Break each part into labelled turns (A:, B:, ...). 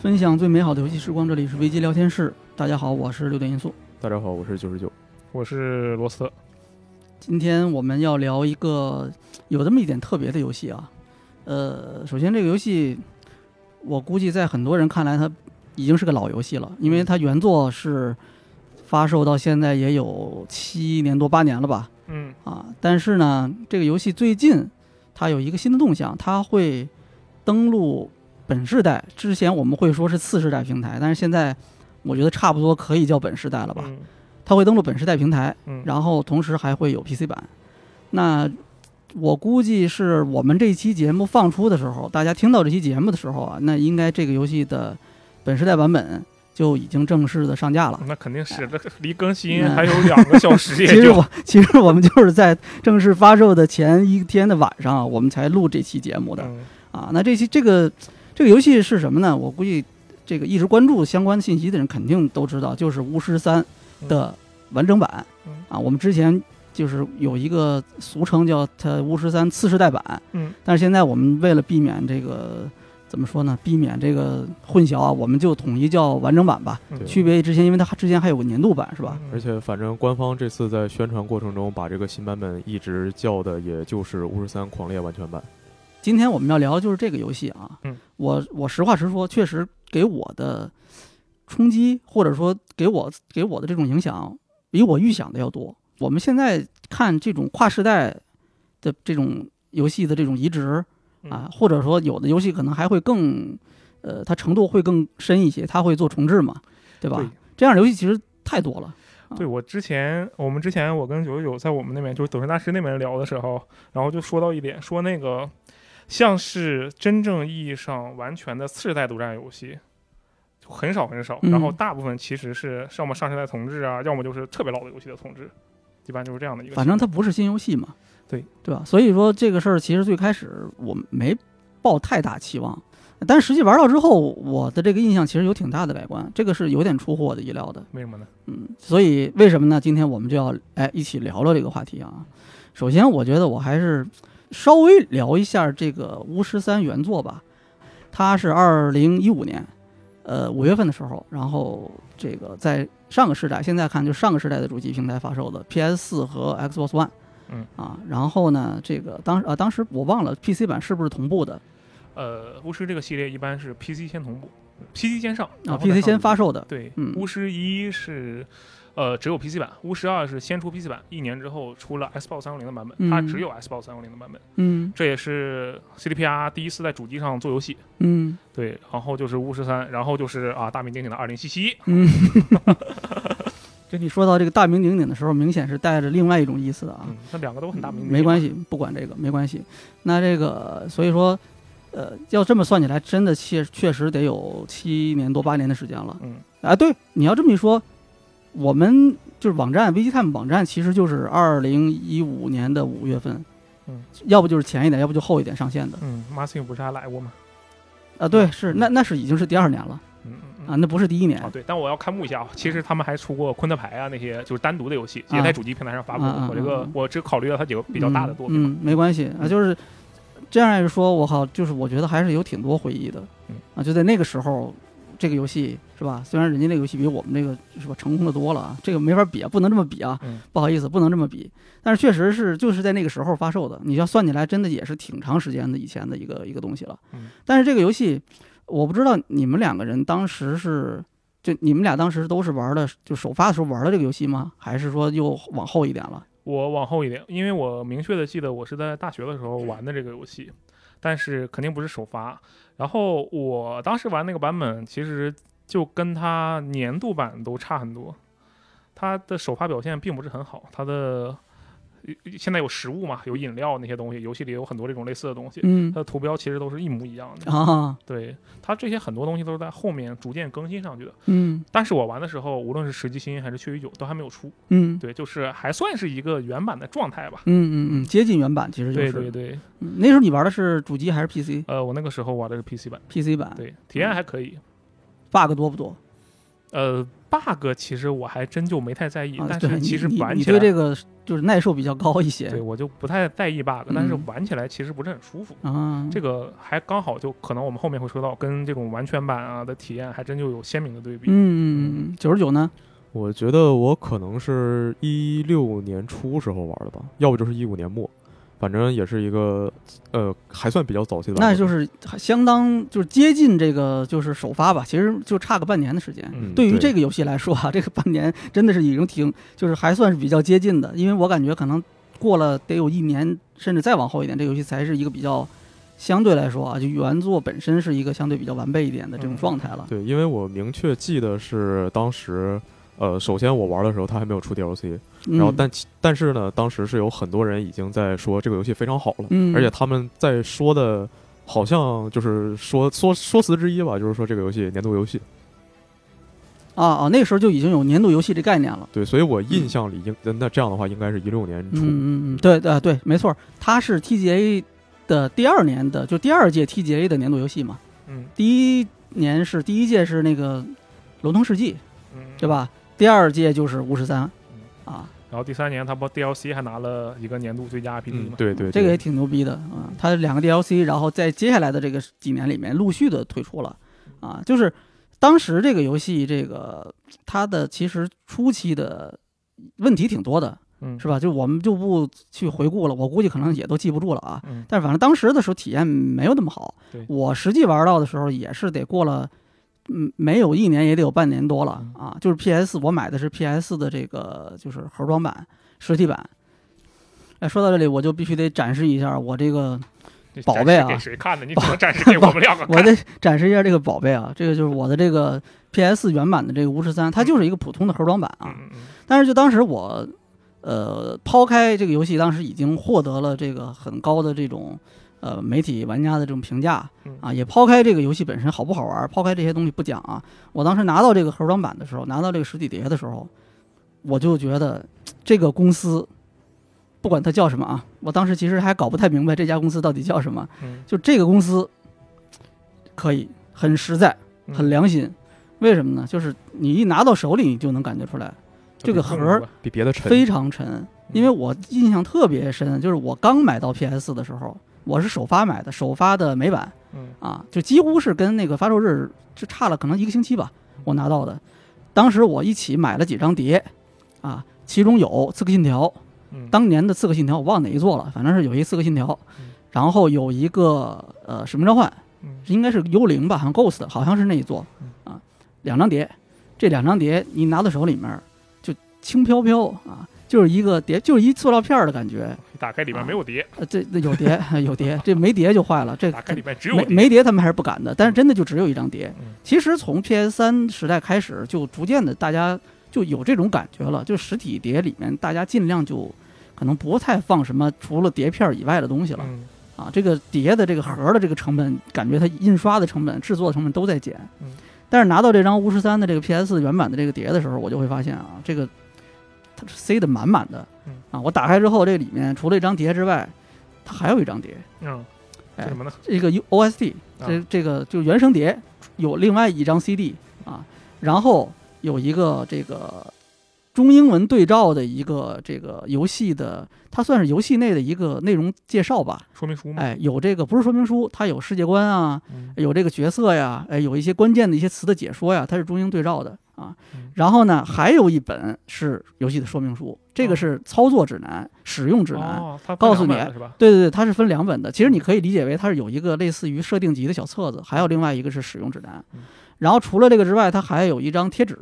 A: 分享最美好的游戏时光，这里是危机聊天室。大家好，我是六点音速。
B: 大家好，我是九十九。
C: 我是罗斯特，
A: 今天我们要聊一个有这么一点特别的游戏啊。呃，首先这个游戏，我估计在很多人看来，它已经是个老游戏了，因为它原作是发售到现在也有七年多八年了吧。
C: 嗯，
A: 啊，但是呢，这个游戏最近它有一个新的动向，它会登陆本世代。之前我们会说是次世代平台，但是现在我觉得差不多可以叫本世代了
C: 好
A: 吧。它会登陆本世代平台，
C: 嗯，
A: 然后同时还会有 PC 版。那我估计是我们这期节目放出的时候，大家听到这期节目的时候啊，那应该这个游戏的本世代版本就已经正式的上架了。
C: 那肯定是，那离更新
A: 嗯
C: 还有两个小时，
A: 其
C: 也
A: 实
C: 就
A: 我 其实我们就是在正式发售的前一天的晚上啊，我们才录这期节目的
C: 嗯
A: 啊。那这期这个这个游戏是什么呢？我估计这个一直关注相关信息的人肯定都知道，就是《巫师三》的完整版
C: 嗯
A: 啊。我们之前就是有一个俗称叫它《巫师三次世代版》，
C: 嗯，
A: 但是现在我们为了避免这个怎么说呢，避免这个混淆啊，我们就统一叫完整版吧。
C: 嗯
A: 区别于之前，因为它之前还有个年度版是吧？
C: 嗯
B: 而且，反正官方这次在宣传过程中，把这个新版本一直叫的，也就是《巫师三狂猎完全版》。
A: 今天我们要聊的就是这个游戏啊。
C: 嗯，
A: 我我实话实说，确实给我的冲击，或者说给我给我的这种影响，比我预想的要多。我们现在看这种跨时代的这种游戏的这种移植
C: 嗯
A: 啊，或者说有的游戏可能还会更，呃，它程度会更深一些，它会做重置嘛，对吧？
C: 对
A: 这样的游戏其实太多了。
C: 对我之前，我们之前我跟九九在我们那边，就是抖音大师那边聊的时候，然后就说到一点，说那个像是真正意义上完全的次世代独占游戏。就很少很少，
A: 嗯
C: 然后大部分其实是要么上世代重置啊，要么就是特别老的游戏的重置，一般就是这样的一个情况。
A: 反正它不是新游戏嘛，
C: 对
A: 对吧？所以说这个事儿其实最开始我没抱太大期望，但实际玩到之后，我的这个印象其实有挺大的改观，这个是有点出乎我的意料的。
C: 为什么呢？
A: 嗯，所以为什么呢？今天我们就要哎一起聊聊这个话题啊。首先，我觉得我还是稍微聊一下这个《巫师三》原作吧。它是二零一五年，呃五月份的时候，然后这个在上个世代，现在看就是上个世代的主机平台发售的 PS 四和 Xbox One。
C: 嗯
A: 啊，然后呢，这个当时啊，当时我忘了 PC 版是不是同步的
C: 呃，巫师这个系列一般是 PC 先同步，PC 先上
A: 啊
C: 然后再
A: ，PC 先
C: 上
A: 发售的。
C: 对，
A: 嗯
C: 巫师一是呃只有 PC 版，巫师二是先出 PC 版，一年之后出了 Xbox 三六零的版
A: 嗯
C: 本，它只有 Xbox 三六零的版本，
A: 嗯
C: 这也是 CDPR 第一次在主机上做游戏。
A: 嗯
C: 对，然后就是巫师三，然后就是啊大名鼎鼎的二零七七，
A: 嗯， 这你说到这个大名鼎鼎的时候，明显是带着另外一种意思的啊。
C: 嗯，那两个都很大名鼎鼎。
A: 没关系，不管这个没关系。那这个所以说，呃，要这么算起来，真的确确实得有七年多八年的时间了。
C: 嗯，
A: 啊，对，你要这么一说，我们就是网站 VGTime 网站，其实就是二零一五年的五月份，
C: 嗯，
A: 要不就是前一点，要不就后一点上线的。
C: 嗯 m a s i n 不是还来过吗？
A: 啊，对，是那那是已经是第二年了
C: 嗯嗯
A: 啊，
C: 嗯。
A: 那不是第一年
C: 啊，对，但我要刊物一下啊，其实他们还出过昆特牌啊那些，就是单独的游戏，
A: 啊
C: 也在主机平台上发布。
A: 啊啊
C: 我这个
A: 啊
C: 我只考虑到它几个比较大的作品。
A: 嗯，嗯没关系啊，就是这样一说，我靠，就是我觉得还是有挺多回忆的
C: 嗯，
A: 啊，就在那个时候，这个游戏是吧？虽然人家那个游戏比我们这个是吧成功的多了啊，这个没法比啊，不能这么比啊，
C: 嗯
A: 不好意思，不能这么比，但是确实是就是在那个时候发售的，你要算起来，真的也是挺长时间的以前的一个一个东西了。
C: 嗯
A: 但是这个游戏，我不知道你们两个人当时是。就你们俩当时都是玩的，就首发的时候玩的这个游戏吗？还是说又往后一点了？
C: 我往后一点，因为我明确的记得我是在大学的时候玩的这个游戏，但是肯定不是首发。然后我当时玩那个版本，其实就跟它年度版都差很多，它的首发表现并不是很好，它的。呃现在有食物嘛，有饮料那些东西，游戏里有很多这种类似的东西，
A: 嗯
C: 它的图标其实都是一模一样的。
A: 啊，
C: 对，它这些很多东西都是在后面逐渐更新上去的。
A: 嗯，
C: 但是我玩的时候，无论是石机新还是雀鱼九，都还没有出。
A: 嗯
C: 对，就是还算是一个原版的状态吧。
A: 嗯嗯嗯，接近原版其实就
C: 对
A: 是。
C: 对对，
A: 嗯那时候你玩的是主机还是 PC？PC
C: 呃，我那个时候玩的是 PC 版，
A: 版
C: 对，体验还可以。
A: ，bug 多不多？
C: 呃，bug 其实我还真就没太在意，
A: 啊，
C: 但
A: 对
C: 是其实
A: 你你
C: 玩
A: 你
C: 起
A: 对
C: 来，
A: 这个就是耐受比较高一
C: 对
A: 些
C: 我就不太在意 bug，但是
A: 嗯
C: 玩起来其实不是很舒服。
A: 啊。
C: 这个还刚好就可能我们后面会说到，跟这种完全版啊的体验还真就有鲜明的对比。
A: 嗯，嗯九十九呢？
B: 我觉得我可能是一六年初时候玩的吧，要不就是一五年末，反正也是一个呃还算比较早期的版本。
A: 那就是还相当就是接近这个就是首发吧，其实就差个半年的时间。
C: 嗯，
A: 对于
B: 对
A: 这个游戏来说啊，这个半年真的是已经挺，就是还算是比较接近的，因为我感觉可能过了得有一年，甚至再往后一点，这个游戏才是一个比较相对来说啊，就原作本身是一个相对比较完备一点的这种
C: 嗯
A: 状态了。
B: 对，因为我明确记得是当时。呃，首先我玩的时候它还没有出 DLC，
A: 嗯、
B: 然后但其但是呢，当时是有很多人已经在说这个游戏非常好了，
A: 嗯
B: 而且他们在说的，好像就是说说说辞之一吧，就是说这个游戏年度游戏。
A: 啊啊，那个时候就已经有年度游戏这概念了。
B: 对，所以我印象里应、那这样的话应该是一六年
A: 嗯
B: 初，
A: 嗯嗯嗯，对对对，没错，它是 TGA 的第二年的，就第二届 TGA 的年度游戏嘛。
C: 嗯
A: 第一年是第一届是那个《龙腾世纪》，
C: 嗯，
A: 对？吧？第二届就是巫师三
C: 嗯，
A: 啊，
C: 然后第三年他不 DLC 还拿了一个年度最佳 RPG
B: 嗯，
C: 嘛？
B: 对对，
A: 这个也
B: 对
A: 挺牛逼的啊。它两个 DLC，然后在接下来的这个几年里面陆续的推出了啊，就是当时这个游戏这个它的其实初期的问题挺多的，
C: 嗯，
A: 是吧？就我们就不去回顾了，我估计可能也都记不住了啊。
C: 嗯
A: 但是反正当时的时候体验没有那么好
C: 对，
A: 我实际玩到的时候也是得过了，嗯，没有一年也得有半年多了
C: 嗯
A: 啊。就是 PS 我买的是 PS 的这个就是盒装版实体版。哎，说到这里，我就必须得展示一下我这个，
C: 这
A: 宝
C: 展
A: 贝
C: 示
A: 啊
C: 给谁看的？你只能展示给我们两个看。
A: 我得展示一下这个宝贝啊，这个就是我的这个 PS 原版的这个巫师三，它就是一个普通的盒装版啊。
C: 嗯嗯嗯
A: 但是就当时我，呃，抛开这个游戏，当时已经获得了这个很高的这种呃媒体玩家的这种评价
C: 嗯
A: 啊，也抛开这个游戏本身好不好玩，抛开这些东西不讲啊，我当时拿到这个盒装版的时候，拿到这个实体碟的时候，我就觉得这个公司。不管它叫什么啊，我当时其实还搞不太明白这家公司到底叫什么。
C: 嗯
A: 就这个公司，可以很实在，
C: 嗯，
A: 很良心。为什么呢？就是你一拿到手里，你就能感觉出来，这个盒儿
B: 比别的沉。
A: 非常沉，因为我印象特别深，就是我刚买到 PS 的时候，我是首发买的，首发的美版
C: 嗯
A: 啊，就几乎是跟那个发售日就差了可能一个星期吧，我拿到的。当时我一起买了几张碟，啊，其中有《刺客信条》，
C: 嗯
A: 当年的《刺客信条》我忘哪一座了，反正是有一《刺客信条》
C: 嗯，
A: 然后有一个呃《使命召唤》，
C: 嗯
A: 应该是幽灵吧，好像 Ghost，好像是那一座
C: 嗯
A: 啊，两张碟，这两张碟你拿到手里面就轻飘飘啊，就是一个碟，就是一塑料片儿的感觉。
C: 打开里面没有碟，
A: 呃，这这有碟 有碟，这没碟就坏了，这
C: 打开里面只有
A: 没
C: 碟。
A: 没碟他们还是不敢的，但是真的就只有一张碟
C: 嗯。
A: 其实从 PS 三时代开始，就逐渐的大家就有这种感觉了，就实体碟里面大家尽量就可能不太放什么除了碟片儿以外的东西了。
C: 嗯
A: 啊，这个碟的这个盒的这个成本，感觉它印刷的成本、制作的成本都在减。
C: 嗯
A: 但是拿到这张巫师三的这个 PS 原版的这个碟的时候，我就会发现啊，这个它是塞得满满的
C: 嗯。
A: 啊，我打开之后，这里面除了一张碟之外，它还有一张碟，
C: 嗯，
A: 哎
C: 这什么呢？
A: 这个 U- OST，
C: 啊
A: 这这个就是原声碟，有另外一张 CD 啊，然后有一个这个中英文对照的一个这个游戏的，它算是游戏内的一个内容介绍吧。
C: 说明书吗？
A: 哎，有这个不是说明书，它有世界观啊，
C: 嗯
A: 有这个角色呀，哎，有一些关键的一些词的解说呀，它是中英对照的啊
C: 嗯。
A: 然后呢，还有一本是游戏的说明书，这个
C: 哦
A: 是操作指南、使用指南。
C: 哦，他
A: 啊告诉你
C: 是吧？
A: 对对对，它是分两本的。其实你可以理解为它是有一个类似于设定集的小册子，还有另外一个是使用指南
C: 嗯。
A: 然后除了这个之外，它还有一张贴纸。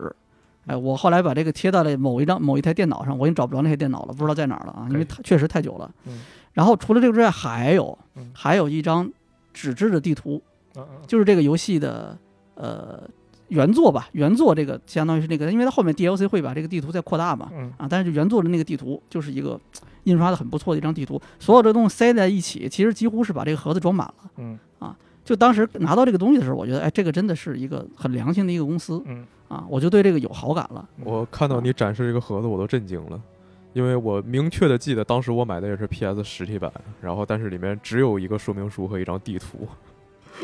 A: 哎，我后来把这个贴到了某一张某一台电脑上，我已经找不着那台电脑了，不知道在哪儿了啊，因为它确实太久了。
C: 嗯
A: 然后除了这个之外，还有
C: 嗯
A: 还有一张纸质的地图，
C: 嗯嗯
A: 就是这个游戏的呃原作吧，原作这个相当于是那个，因为它后面 DLC 会把这个地图再扩大嘛，
C: 嗯
A: 啊，但是原作的那个地图就是一个嘖印刷的很不错的一张地图，所有这东西塞在一起，其实几乎是把这个盒子装满了。
C: 嗯
A: 就当时拿到这个东西的时候，我觉得哎，这个真的是一个很良心的一个公司
C: 嗯
A: 啊，我就对这个有好感了。
B: 我看到你展示这个盒子，我都震惊了，因为我明确的记得当时我买的也是 PS 实体版，然后但是里面只有一个说明书和一张 地图，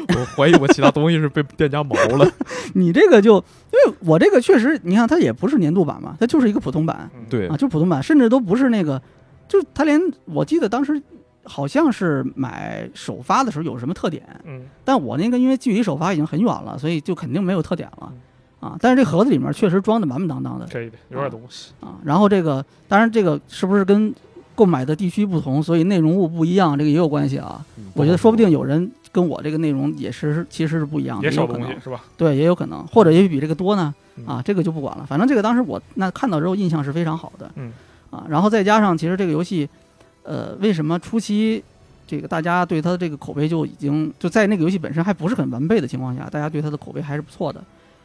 B: 我怀疑我其他东西是被店家毛了。
A: 你这个就因为我这个确实，你看它也不是年度版嘛，它就是一个普通版
C: 嗯，
B: 对
A: 啊，就普通版，甚至都不是那个，就是它连我记得当时好像是买首发的时候有什么特点，
C: 嗯，
A: 但我那个因为距离首发已经很远了，所以就肯定没有特点了
C: 嗯
A: 啊。但是这盒子里面确实装的满满当当的
C: 可以的，有点东西。
A: 啊。然后这个当然这个是不是跟购买的地区不同，所以内容物不一样，这个也有关系啊。
B: 嗯
A: 我觉得说不定有人跟我这个内容也是其实是不一样的，
C: 也
A: 啊也有
C: 少
A: 可
C: 东
A: 能
C: 西是吧？
A: 对，也有可能，或者也许比这个多呢
C: 嗯
A: 啊，这个就不管了。反正这个当时我那看到之后印象是非常好的，
C: 嗯
A: 啊，然后再加上其实这个游戏，呃，为什么初期这个大家对它的这个口碑就已经就在那个游戏本身还不是很完备的情况下，大家对它的口碑还是不错的，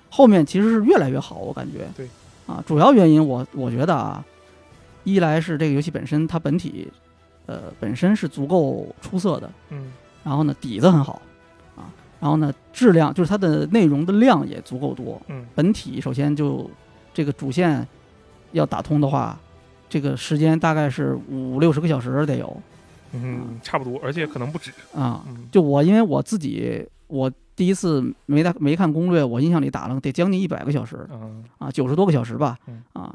A: 后面其实是越来越好，我感觉
C: 对
A: 啊，主要原因我我觉得啊，一来是这个游戏本身它本体，呃，本身是足够出色的，
C: 嗯
A: 然后呢底子很好啊，然后呢质量就是它的内容的量也足够多。
C: 嗯
A: 本体首先就这个主线要打通的话，这个时间大概是五六十个小时得有
C: 嗯，差不多，而且可能不止。
A: 啊。
C: 嗯，
A: 就我因为我自己我第一次没打没看攻略，我印象里打了得将近一百个小时
C: 嗯
A: 啊，九十多个小时吧
C: 嗯
A: 啊。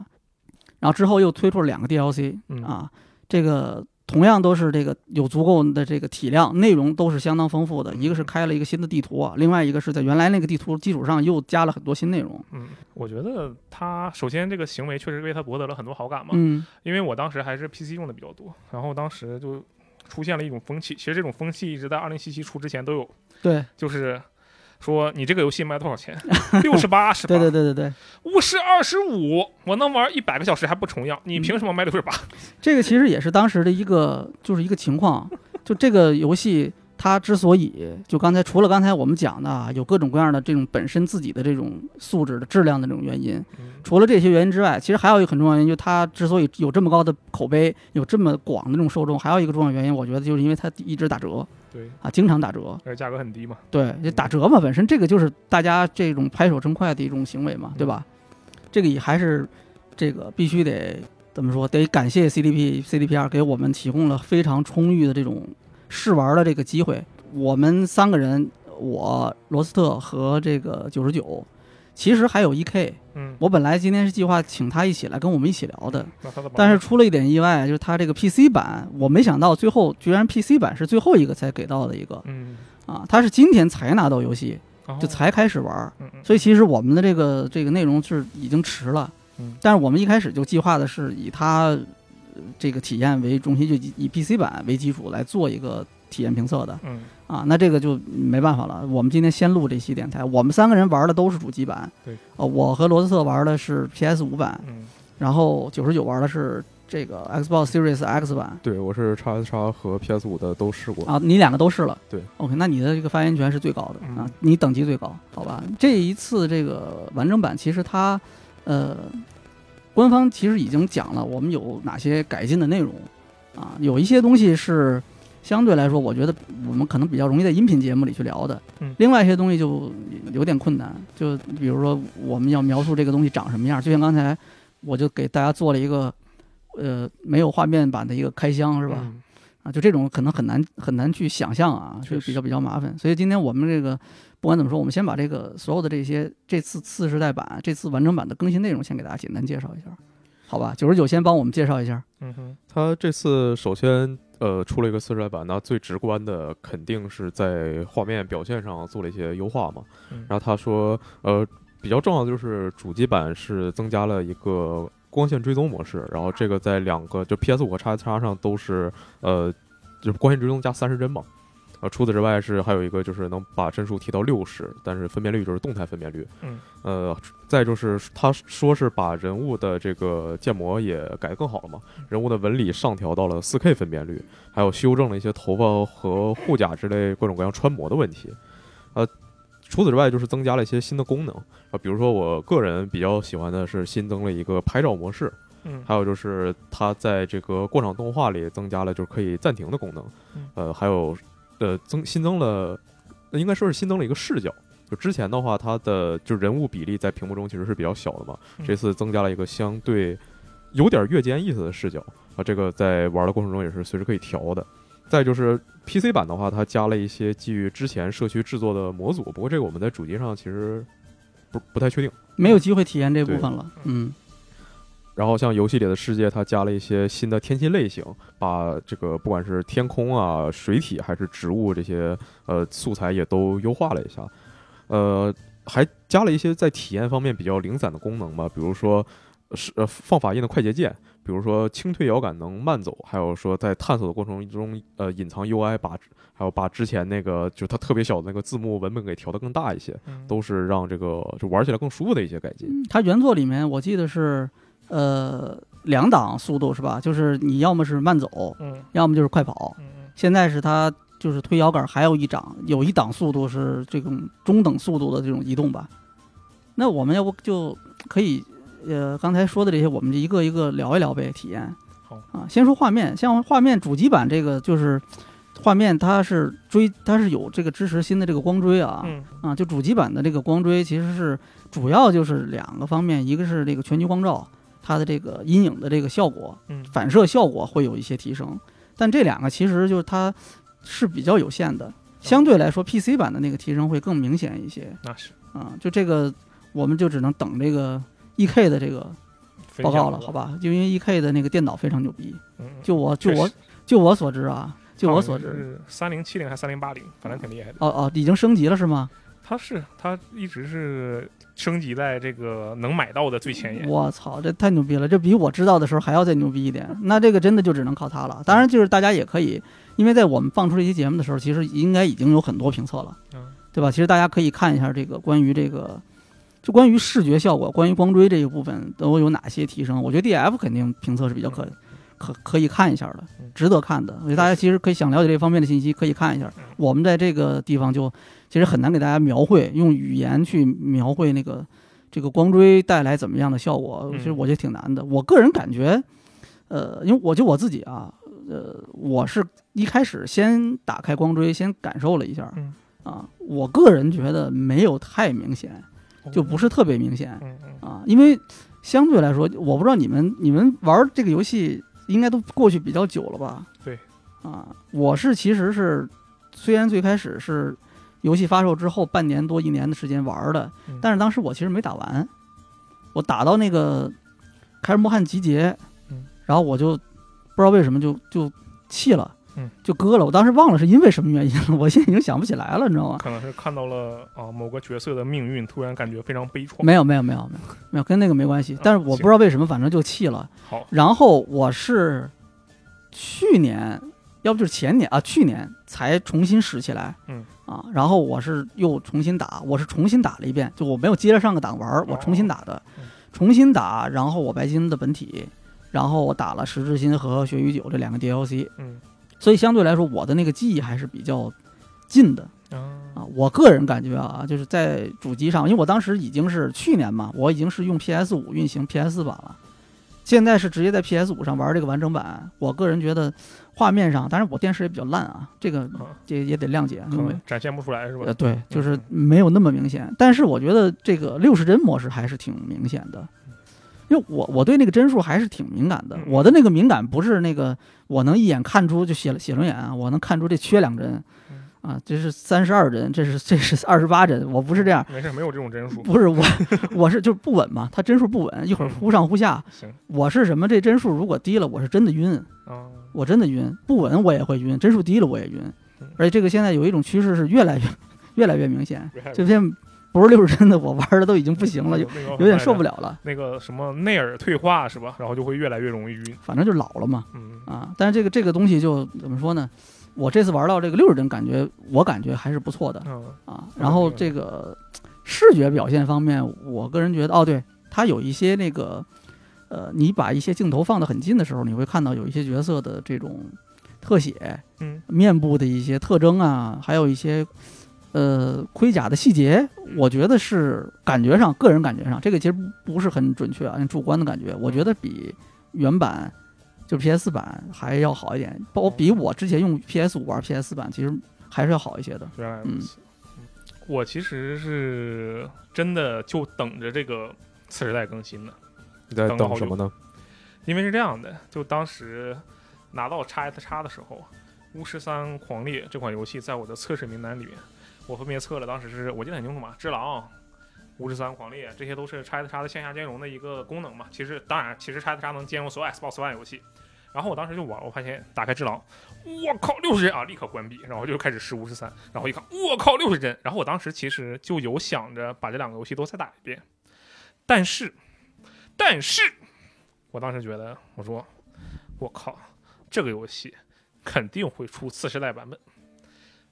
A: 然后之后又推出了两个 DLC
C: 嗯
A: 啊，这个。同样都是这个有足够的这个体量，内容都是相当丰富的。
C: 嗯
A: 一个是开了一个新的地图啊，另外一个是在原来那个地图基础上又加了很多新内容。
C: 嗯，我觉得他首先这个行为确实为他博得了很多好感嘛，
A: 嗯
C: 因为我当时还是 PC 用的比较多，然后当时就出现了一种风气，其实这种风气一直在二零七七出之前都有，，
A: 对
C: 就是说你这个游戏卖多 少钱，六十八是吧？
A: 对对对对对，
C: 五十二十五，我能玩一百个小时还不重样，
A: 嗯
C: 你凭什么卖六十八？
A: 这个其实也是当时的一个就是一个情况，啊就这个游戏它之所以就刚才除了刚才我们讲的啊，有各种各样的这种本身自己的这种素质的质量的这种原因，
C: 嗯
A: 除了这些原因之外，其实还有一个很重要的原因，就是它之所以有这么高的口碑，有这么广的这种受众，还有一个重要原因，我觉得就是因为它一直打折
C: 对，
A: 啊，经常打折，
C: 而且价格很低嘛。
A: 对，就打折嘛，本身这个就是大家这种拍手称快的一种行为嘛，对吧？这个也还是这个必须得怎么说？得感谢 CDP CDPR 给我们提供了非常充裕的这种试玩的这个机会。我们三个人，我罗斯特和这个九十九，其实还有 EK。
C: 嗯，
A: 我本来今天是计划请他一起来跟我们一起聊的，
C: 那他的
A: 但是出了一点意外，就是他这个 PC 版，我没想到最后居然 PC 版是最后一个才给到的一个
C: 嗯，
A: 啊，他是今天才拿到游戏，
C: 哦
A: 就才开始玩儿，
C: 嗯嗯
A: 所以其实我们的这个这个内容是已经迟了
C: 嗯，
A: 但是我们一开始就计划的是以它呃这个体验为中心，就以以 PC 版为基础来做一个体验评测的
C: 嗯
A: 啊，那这个就没办法了。我们今天先录这期电台，我们三个人玩的都是主机版，
C: 对，
A: 呃，我和罗斯特玩的是 PS 五版，
C: 嗯
A: 然后九十九玩的是这个 Xbox Series X 版
B: 对，我是叉 S 叉和 PS 五的都试过。
A: 啊，你两个都是了，
B: 对
A: ，OK，那你的这个发言权是最高的、
C: 嗯
A: 啊，你等级最高，好吧？这一次这个完整版其实它，呃，官方其实已经讲了我们有哪些改进的内容啊，有一些东西是相对来说，我觉得我们可能比较容易在音频节目里去聊的，
C: 嗯
A: 另外一些东西就有点困难，就比如说我们要描述这个东西长什么样，就像刚才我就给大家做了一个。呃，没有画面版的一个开箱是吧？
C: 嗯
A: 啊，就这种可能很难很难去想象啊，
C: 确
A: 就
C: 实
A: 比较比较麻烦。所以今天我们这个不管怎么说，我们先把这个所有的这些这次次世代版、这次完整版的更新内容先给大家简单介绍一下，好吧？九十九先帮我们介绍一下，
C: 嗯哼
B: 它这次首先呃出了一个四十代版，那最直观的肯定是在画面表现上做了一些优化嘛。
C: 嗯
B: 然后他说呃比较重要的就是主机版是增加了一个光线追踪模式，然后这个在两个就 PS 五和 x x 上都是呃就是光线追踪加三十帧嘛。呃，除此之外是还有一个就是能把帧数提到六十，但是分辨率就是动态分辨率。
C: 嗯。
B: 呃，再就是他说是把人物的这个建模也改得更好了嘛，
C: 嗯
B: 人物的纹理上调到了 4K 分辨率，还有修正了一些头发和护甲之类各种各样穿模的问题。呃，除此之外就是增加了一些新的功能啊、呃比如说我个人比较喜欢的是新增了一个拍照模式，
C: 嗯
B: 还有就是它在这个过场动画里增加了就是可以暂停的功能
C: 嗯，
B: 呃，还有呃增新增了，呃应该说是新增了一个视角。就之前的话，它的就人物比例在屏幕中其实是比较小的嘛，
C: 嗯
B: 这次增加了一个相对有点越肩意思的视角啊，这个在玩的过程中也是随时可以调的。再就是 PC 版的话，它加了一些基于之前社区制作的模组，不过这个我们在主机上其实不不太确定。
A: 没有机会体验这部分了。嗯，
B: 然后像游戏里的世界，它加了一些新的天气类型，把这个不管是天空啊、水体还是植物这些呃素材也都优化了一下，呃，还加了一些在体验方面比较零散的功能吧，比如说呃是呃放法印的快捷键，比如说轻推摇杆能慢走，还有说在探索的过程中呃隐藏 UI 把还有把之前那个就它特别小的那个字幕文本给调得更大一些，
C: 嗯
B: 都是让这个就玩起来更舒服的一些改进。
A: 它原作里面我记得是呃两档速度是吧？就是你要么是慢走，
C: 嗯
A: 要么就是快跑。
C: 嗯嗯
A: 现在是它就是推摇杆，还有一档，有一档速度是这种中等速度的这种移动吧。那我们要不就可以，呃，刚才说的这些，我们就一个一个聊一聊呗，体验。
C: 好
A: 啊，先说画面，像画面主机版这个就是画面，它是追，它是有这个支持新的这个光追啊，
C: 嗯
A: 啊，就主机版的这个光追其实是主要就是两个方面，一个是这个全局光照，它的这个阴影的这个效果，
C: 嗯
A: 反射效果会有一些提升，但这两个其实就是它是比较有限的，相对来说 PC 版的那个提升会更明显一些
C: 那是
A: 啊、就这个，我们就只能等这个 EK 的这个
C: 分
A: 报告
C: 享
A: 了，
C: 吧
A: 好吧？就因为 EK 的那个电脑非常牛逼，
C: 嗯嗯
A: 就我就
C: 确
A: 我
C: 实
A: 就我所知啊，就我所知，
C: 是三零七零还是三零八零，反正挺厉害的。
A: 哦哦，已经升级了是吗？
C: 它是它一直是升级在这个能买到的最前沿。
A: 我操，这太牛逼了！这比我知道的时候还要再牛逼一 点。那这个真的就只能靠它了。当然，就是大家也可以，因为在我们放出这期节目的时候，其实应该已经有很多评测了，
C: 嗯
A: 对吧？其实大家可以看一下这个关于这个，就关于视觉效果、关于光追这一部分都有哪些提升。我觉得 DF 肯定评测是比较可可可以看一下的
C: 嗯，
A: 值得看的。所以大家其实可以想了解这方面的信息，可以看一下
C: 嗯。
A: 我们在这个地方就其实很难给大家描绘，用语言去描绘那个这个光追带来怎么样的效果，
C: 嗯
A: 其实我觉得挺难的。我个人感觉，呃，因为我就我自己啊，呃，我是一开始先打开光追，先感受了一下
C: 嗯，
A: 啊，我个人觉得没有太明显，就不是特别明显。
C: 嗯嗯
A: 啊，因为相对来说，我不知道你们你们玩这个游戏应该都过去比较久了吧？
C: 对，
A: 啊，我是其实是虽然最开始是游戏发售之后半年多一年的时间玩的，
C: 嗯
A: 但是当时我其实没打完，我打到那个凯尔莫汉集结，
C: 嗯
A: 然后我就不知道为什么就就气了。
C: 嗯
A: 就割了，我当时忘了是因为什么原因了，我现在已经想不起来了，你知道 吗？
C: 可能是看到了啊、某个角色的命运，突然感觉非常悲怆。
A: 没有，没有，没有，没有，没有，跟那个没关系。但是我
C: 嗯行
A: 不知道为什么，反正就气了。
C: 好，
A: 然后我是去年，要不就是前年啊，去年才重新拾起来。
C: 嗯
A: 啊，然后我是又重新打，我是重新打了一遍，就我没有接着上个档玩儿，我重新打的
C: 嗯，
A: 重新打，然后我白金的本体，然后我打了十字星和血与酒这两个 DLC，
C: 嗯
A: 所以相对来说我的那个记忆还是比较近的。
C: 啊，
A: 啊，我个人感觉啊，就是在主机上，因为我当时已经是去年嘛，我已经是用 PS 五运行 PS 版了，现在是直接在 PS 五上玩这个完整版。我个人觉得画面上，当然我电视也比较烂啊，这个
C: 啊
A: 也也得谅解，
C: 可
A: 因为
C: 能展现不出来是吧
A: 嗯呃？对，就是
C: 嗯
A: 没有那么明显。但是我觉得这个六十帧模式还是挺明显的。因为我我对那个帧数还是挺敏感的
C: 嗯，
A: 我的那个敏感不是那个我能一眼看出就写了写轮眼啊，我能看出这缺两帧
C: 嗯，
A: 啊，这是三十二帧，这是这是二十八帧，我不是这样，
C: 没事，没有这种帧数。
A: 不是我我是就是不稳嘛，它帧数不稳，一会儿忽上忽下，
C: 嗯行
A: 我是什么这帧数如果低了，我是真的晕，
C: 啊，
A: 我真的晕，不稳我也会晕，帧数低了我也晕
C: 嗯，
A: 而且这个现在有一种趋势是越来越越来越明显，
C: 危害
A: 这片不是六十帧的，我玩的都已经不行了，有
C: 那个
A: 有点受不了了，
C: 嗯哦那个什么内耳退化是吧？然后就会越来越容易晕。
A: 反正就老了嘛。
C: 嗯
A: 啊，但是这个这个东西就怎么说呢？我这次玩到这个六十帧，感觉我感觉还是不错的
C: 嗯
A: 啊。然后这个视觉表现方面，我个人觉得，哦，对，它有一些那个，呃，你把一些镜头放得很近的时候，你会看到有一些角色的这种特写、
C: 嗯
A: 面部的一些特征啊，还有一些呃盔甲的细节，我觉得是感觉上，个人感觉上，这个其实不不是很准确啊，主观的感觉，我觉得比原版就是 PS 版还要好一点，包比我之前用 PS 五玩 PS 版其实还是要好一些的。
C: 原来如此。嗯我其实是真的就等着这个次时代更新呢，
B: 你在
C: 等了
B: 等
C: 好
B: 什
C: 久
B: 么呢？
C: 因为是这样的，就当时拿到 x S x 的时候，《巫师三狂猎》这款游戏在我的测试名单里面，我分别测了，当时是我记得很清楚嘛，《只狼》、巫师三、狂猎，这些都是拆的杀的线下兼容的一个功能嘛。其实当然，其实拆的杀能兼容所有 Xbox One 游戏。然后我当时就玩，我发现打开智狼，我靠六十帧啊，立刻关闭，然后就开始试巫师三，然后一看，我靠六十帧，然后我当时其实就有想着把这两个游戏都再打一遍，但是，但是我当时觉得，我说我靠，这个游戏肯定会出次世代版本，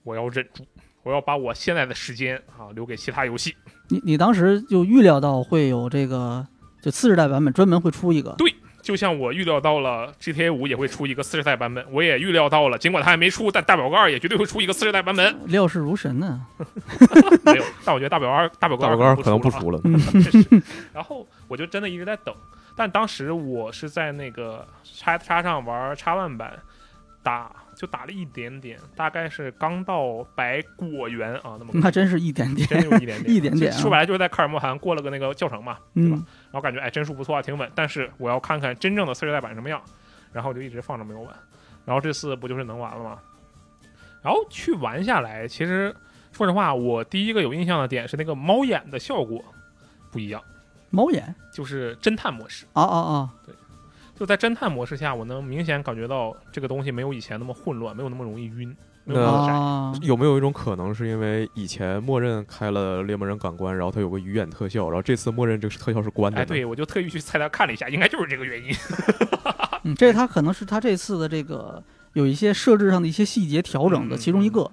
C: 我要忍住，我要把我现在的时间啊留给其他游戏。
A: 你你当时就预料到会有这个，就次世代版本专门会出一个
C: 对就像我预料到了 GTA 五也会出一个次世代版本，我也预料到了，尽管它还没出，但大表哥二也绝对会出一个次世代版本。
A: 料事如神呢、
C: 没有，但我觉得大表哥二、大表哥
B: 大表哥二
C: 二
B: 可能不
C: 出了啊
B: 出 了，
C: 确实。然后我就真的一直在等，但当时我是在那个叉叉上玩叉 One 版，打就打了一点点，大概是刚到百果园啊，那么
A: 那真是一点点，
C: 真的有一点点，
A: 一点点啊
C: 就说白了就是在卡尔莫涵过了个那个教程嘛，对吧
A: 嗯？
C: 然后感觉哎帧数不错啊，挺稳，但是我要看看真正的次世代版什么样，然后我就一直放着没有玩，然后这次不就是能玩了吗？然后去玩下来，其实说实话，我第一个有印象的点是那个猫眼的效果不一样，
A: 猫眼，
C: 就是侦探模式。
A: 啊啊啊，
C: 就在侦探模式下，我能明显感觉到这个东西没有以前那么混乱，没有那么容易晕，没有那么窄。
A: 啊，
B: 有没有一种可能是因为以前默认开了猎魔人感官，然后它有个鱼眼特效，然后这次默认这个特效是关的
C: 哎，
B: 呢？
C: 对，我就特意去菜单看了一下，应该就是这个原因。
A: 嗯，这他可能是他这次的这个有一些设置上的一些细节调整的
C: 嗯
A: 其中一个。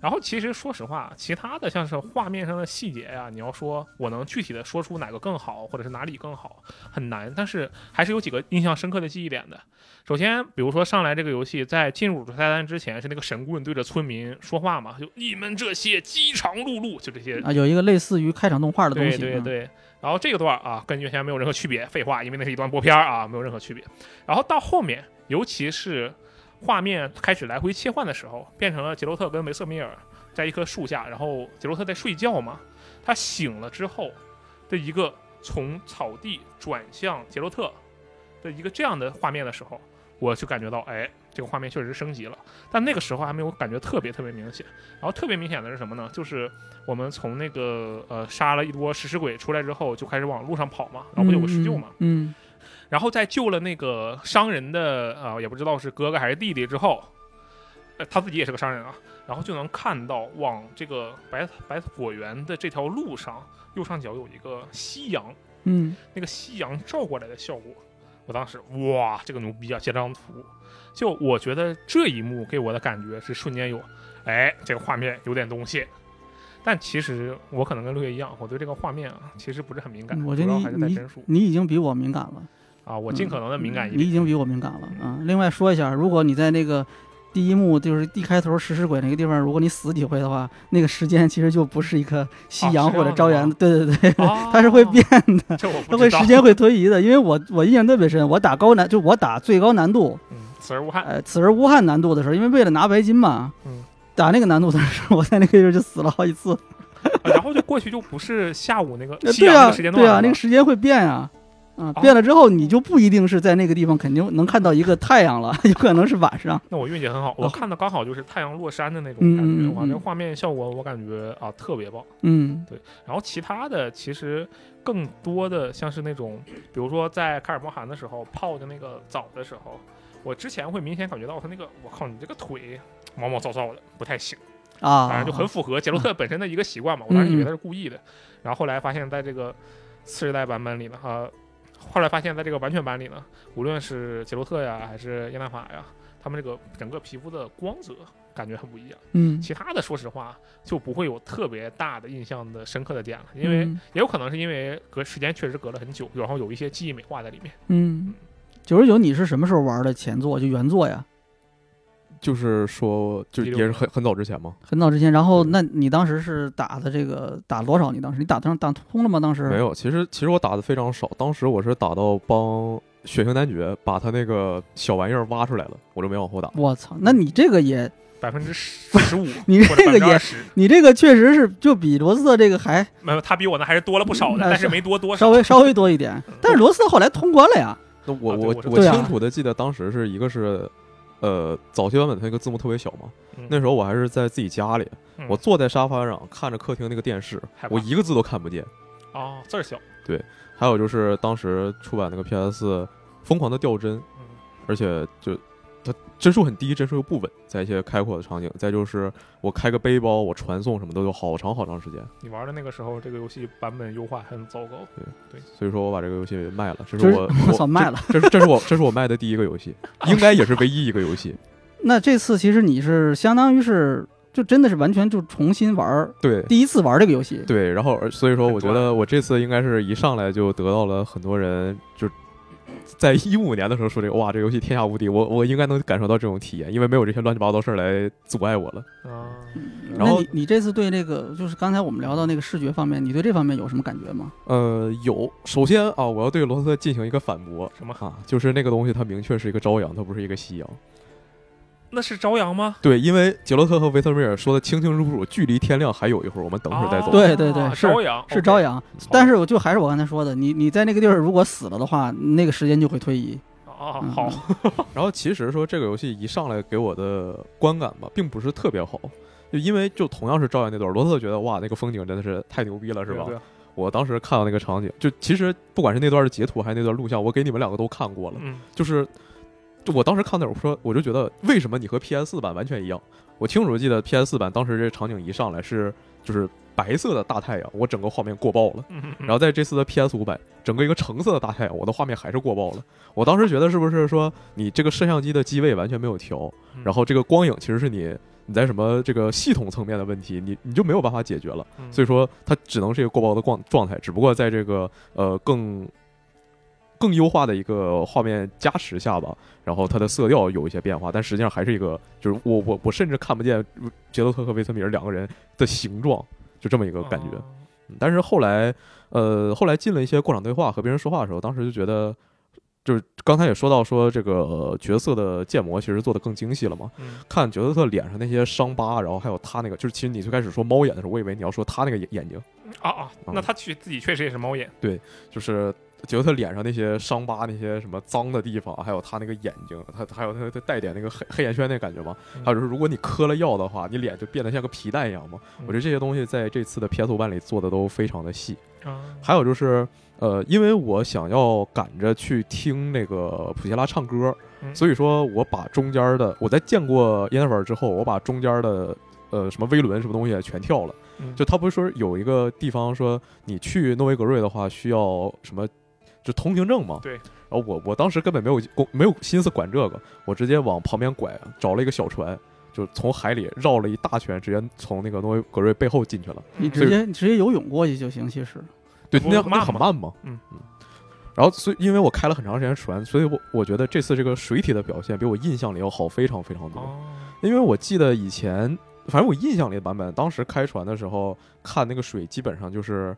C: 然后其实说实话，其他的像是画面上的细节呀、你要说我能具体的说出哪个更好，或者是哪里更好，很难。但是还是有几个印象深刻的记忆点的。首先，比如说上来这个游戏在进入主菜单之前是那个神棍对着村民说话嘛，就你们这些饥肠辘辘，就这些
A: 啊，有一个类似于开场动画的东
C: 对
A: 西，
C: 嗯对
A: 嗯
C: 对。然后这个段儿啊，跟原先没有任何区别，废话，因为那是一段播片儿啊，没有任何区别。然后到后面，尤其是画面开始来回切换的时候，变成了杰洛特跟维瑟米尔在一棵树下，然后杰洛特在睡觉嘛，他醒了之后的一个从草地转向杰洛特的一个这样的画面的时候，我就感觉到，哎，这个画面确实升级了。但那个时候还没有感觉特别特别明显。然后特别明显的是什么呢？就是我们从那个呃杀了一波食尸鬼出来之后，就开始往路上跑嘛，然后不就有个施救嘛，
A: 嗯，嗯
C: 然后在救了那个商人的啊、呃也不知道是哥哥还是弟弟之后，呃，他自己也是个商人啊，然后就能看到往这个白白果园的这条路上右上角有一个夕阳，
A: 嗯
C: 那个夕阳照过来的效果，我当时哇，这个牛逼啊！截张图，就我觉得这一幕给我的感觉是瞬间有，哎，这个画面有点东西。但其实我可能跟六月一样，我对这个画面啊其实不是很敏感，
A: 嗯我觉得
C: 主要
A: 你
C: 还是在
A: 你
C: 帧数
A: 你已经比我敏感了，
C: 啊，我尽可能的敏感一
A: 嗯你
C: 点。
A: 已经比我敏感了啊。另外说一下，如果你在那个第一幕就是一开头食尸鬼那个地方，如果你死几回的话，那个时间其实就不是一个夕
C: 啊
A: 阳
C: 是这
A: 或者
C: 样
A: 朝
C: 的
A: 阳，
C: 吗
A: 对对对，
C: 啊
A: 它是会变的。
C: 这我不
A: 它会
C: 知道
A: 时。间会推移的，因为我我印象特别深，我打高难就我打最高难度，
C: 嗯，此而无憾。
A: 呃，此时无憾难度的时候，因为为了拿白金嘛，
C: 嗯
A: 打那个难度的时候，我在那个地方就死了好几次。
C: 啊然后就过去就不是下午那个
A: 呃
C: 夕
A: 对
C: 阳那
A: 啊，
C: 个时间段
A: 对啊，那
C: 了
A: 个时间会变啊，啊，
C: 哦
A: 变了之后你就不一定是在那个地方，肯定能看到一个太阳了， 有可能是晚上。
C: 那我运气很好，
A: 哦
C: 我看的刚好就是太阳落山的那
A: 嗯
C: 种感觉，
A: 嗯
C: 哇，
A: 嗯
C: 这画面效果我感觉啊特别棒。
A: 嗯
C: 然后其他的其实更多的像是那种，比如说在开尔摩寒的时候泡的那个澡的时候，我之前会明显感觉到他那个，我靠，你这个腿毛毛躁躁的，不太行，
A: 啊，
C: 当然就很符合杰洛特本身的一个习惯嘛。我当时以为他是故意的，然后后来发现在这个次世代版本里呢，哈、后来发现在这个完全版里呢，无论是杰洛特呀还是耶纳法呀，他们这个整个皮肤的光泽感觉很不一样。
A: 嗯，
C: 其他的说实话就不会有特别大的印象的深刻的点了，因为
A: 嗯
C: 也有可能是因为隔时间确实隔了很久，然后有一些记忆美化在里面。
A: 嗯，九十九你是什么时候玩的前作？就原作呀，
B: 就是说，就
C: 第
B: 也
C: 六
B: 是
C: 个
B: 很很早之前嘛，
A: 很早之前。然后
B: 对
A: 那你当时是打的这个打多少？你当时你打通打通了吗？当时
B: 没有。其实其实我打的非常少，当时我是打到帮血腥男爵把他那个小玩意儿挖出来了，我就没往后
C: 啊
B: 打。
A: 我操，那你这个也，
C: 百分之十五
A: 你
C: 或者
A: 这个
C: 百分之
A: 也
C: 二，十，
A: 你这个确实是就比罗斯特这个还
C: 没有他比我那还是多了不少的，
A: 嗯
C: 但是没多多少。
A: 稍微稍微多 一点。但是罗斯后来通关了呀，
B: 那我、
C: 啊对
B: 我
C: 我是
A: 对啊
B: 清楚的记得当时是一个是呃，早期版本它那个字幕特别小嘛，
C: 嗯
B: 那时候我还是在自己家里，
C: 嗯
B: 我坐在沙发上看着客厅那个电视
C: 害，怕
B: 我一个字都看不见。
C: 哦，字儿小，
B: 还有就是当时出版那个 PS 疯狂的掉帧，
C: 嗯
B: 而且就它帧数很低，帧数又不稳，在一些开阔的场景。再就是我开个背包，我传送什么的都有好长好长时间，
C: 你玩的那个时候，这个游戏版本优化很糟糕。
B: 所以说我把这个游戏给卖了。这是
A: 这是
B: 我
A: 我操卖了，
B: 这这是这是我这是我卖的第一个 游戏，应该也是唯一一个游戏。
A: 那这次其实你是相当于是就真的是完全就重新玩儿，
B: 对
A: 第一次玩这个游戏。
B: 对，然后而所以说我觉
C: 很
B: 得我这次应该是一上来就得到了很多人就。在一五年的时候说这个，哇，这个游戏天下无敌，我我应该能感受到这种体验，因为没有这些乱七八糟事儿来阻碍我了。
C: 啊，
A: 那
B: 然后
A: 你你这次对那个就是刚才我们聊到那个视觉方面，你对这方面有什么感觉吗？
B: 呃，有，首先啊，我要对罗斯特进行一个反驳
C: 什么？
B: 啊，就是那个东西它明确是一个朝阳，它不是一个夕阳。
C: 那是朝阳吗？
B: 对，因为杰洛特和维特米尔说的清清楚楚，距离天亮还有一会儿，我们等会儿再走。
C: 哦
A: 对对对是
C: 朝阳
A: 是朝
C: 阳。
A: 阳，但是我就还是我刚才说的，你你在那个地儿如果死了的话，那个时间就会推移。
C: 哦，
A: 嗯
C: 好，
B: 然后其实说这个游戏一上来给我的观感吧，并不是特别好，就因为就同样是朝阳那段，罗斯特觉得哇，那个风景真的是太牛逼嗯了，是吧？
C: 对？对
B: 我当时看到那个场景，就其实不管是那段的截图还是那段录像，我给你们两个都看过了，
C: 嗯，
B: 就是就我当时看那会儿，我说我就觉得为什么你和 PS 四版完全一样？我清楚地记得 PS 四版当时这场景一上来是就是白色的大太阳，我整个画面过爆了。
C: 嗯
B: 然后在这次的 PS 五版，整个一个橙色的大太阳，我的画面还是过爆了。我当时觉得是不是说你这个摄像机的机位完全没有调，
C: 嗯
B: 然后这个光影其实是你你在什么这个系统层面的问题，你你就没有办法解决了。所以
C: 以
B: 说它只能是一个过曝的状状态，只不过在这个呃更更优化的一个画面加持下吧，然后它的色调有一些变化，但实际上还是一个就是我我我甚至看不见杰洛特和维特米尔两个人的形状，就这么一个感觉。
C: 哦
B: 嗯但是后来呃后来进了一些过场对话和别人说话的时候，当时就觉得。就是刚才也说到说这个呃角色的建模其实做的更精细了嘛，
C: 嗯
B: 看角色特脸上那些伤疤，然后还有他那个，就是其实你最开始说猫眼的时候，我以为你要说他那个眼眼睛，
C: 啊啊，
B: 嗯
C: 那他去自己确实也是猫眼，
B: 就是角色脸上那些伤疤、那些什么脏的地方，还有他那个眼睛，他还有他他带点那个黑黑眼圈那感觉嘛。
C: 嗯
B: 还有就是，如果你磕了药的话，你脸就变得像个皮蛋一样嘛。
C: 嗯
B: 我觉得这些东西在这次的 PS 五版里做的都非常的细。
C: 啊
B: 还有就是，呃，因为我想要赶着去听那个普希拉唱歌，
C: 嗯
B: 所以说我把中间的我在见过 i n 尔之后，我把中间的呃什么威伦什么东西全跳了。
C: 嗯
B: 就他不是说有一个地方说你去诺维格瑞的话需要什么，就通行证嘛。
C: 对
B: 然后我我当时根本没有工没有心思管这个，我直接往旁边拐，找了一个小船，就从海里绕了一大圈，直接从那个诺维格瑞背后进去了。
C: 嗯
A: 你
B: 所
A: 直
B: 以
A: 接你直接游泳过去就行，其实
B: 对，
C: 不
B: 那
C: 慢
B: 那
C: 吗
B: 很慢嘛。
C: 嗯
B: 嗯。然后，所以因为我开了很长时间船，所以我我觉得这次这个水体的表现比我印象里要好非常非常多。
C: 哦，
B: 因为我记得以前，反正我印象里的版本，当时开船的时候看那个水，基本上就是，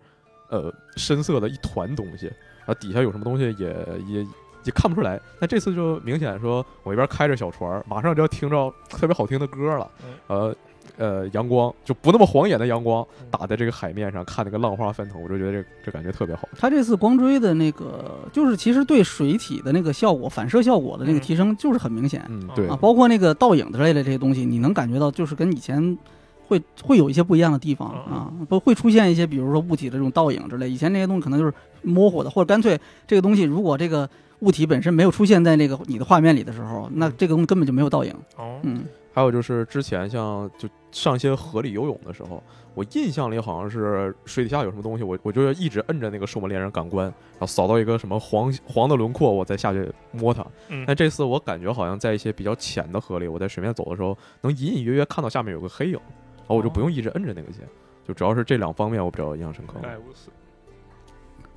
B: 呃，深色的一团东西，然后底下有什么东西也也也看不出来。但这次就明显说，我一边开着小船儿，马上就要听着特别好听的歌了
C: 嗯，
B: 呃呃，阳光就不那么晃眼的阳光
C: 嗯
B: 打在这个海面上，看那个浪花翻腾，我就觉得这这感觉特别好。
A: 他这次光追的那个就是其实对水体的那个效果、反射效果的那个
C: 嗯
A: 提升就是很明显。
B: 嗯，
C: 对
B: 对
A: 啊，，包括那个倒影之类的这些东西，你能感觉到就是跟以前会会有一些不一样的地方
C: 嗯
A: 啊，不会出现一些比如说物体的这种倒影之类。以前那些东西可能就是模糊的，或者干脆这个东西如果这个物体本身没有出现在那个你的画面里的时候，
C: 嗯
A: 那这个东西根本就没有倒影。
C: 哦，
A: 嗯，
B: 还有就是之前像就上一些河里游泳的时候，我印象里好像是水底下有什么东西，我我就一直摁着那个兽门猎人感官，然后扫到一个什么黄黄的轮廓，我再下去摸它。
C: 嗯
B: 但这次我感觉好像在一些比较浅的河里，我在水面走的时候，能隐隐约约看到下面有个黑影，然后我就不用一直摁着那个
C: 哦
B: 键。就主要是这两方面我比较印象深刻。
C: 盖乌斯，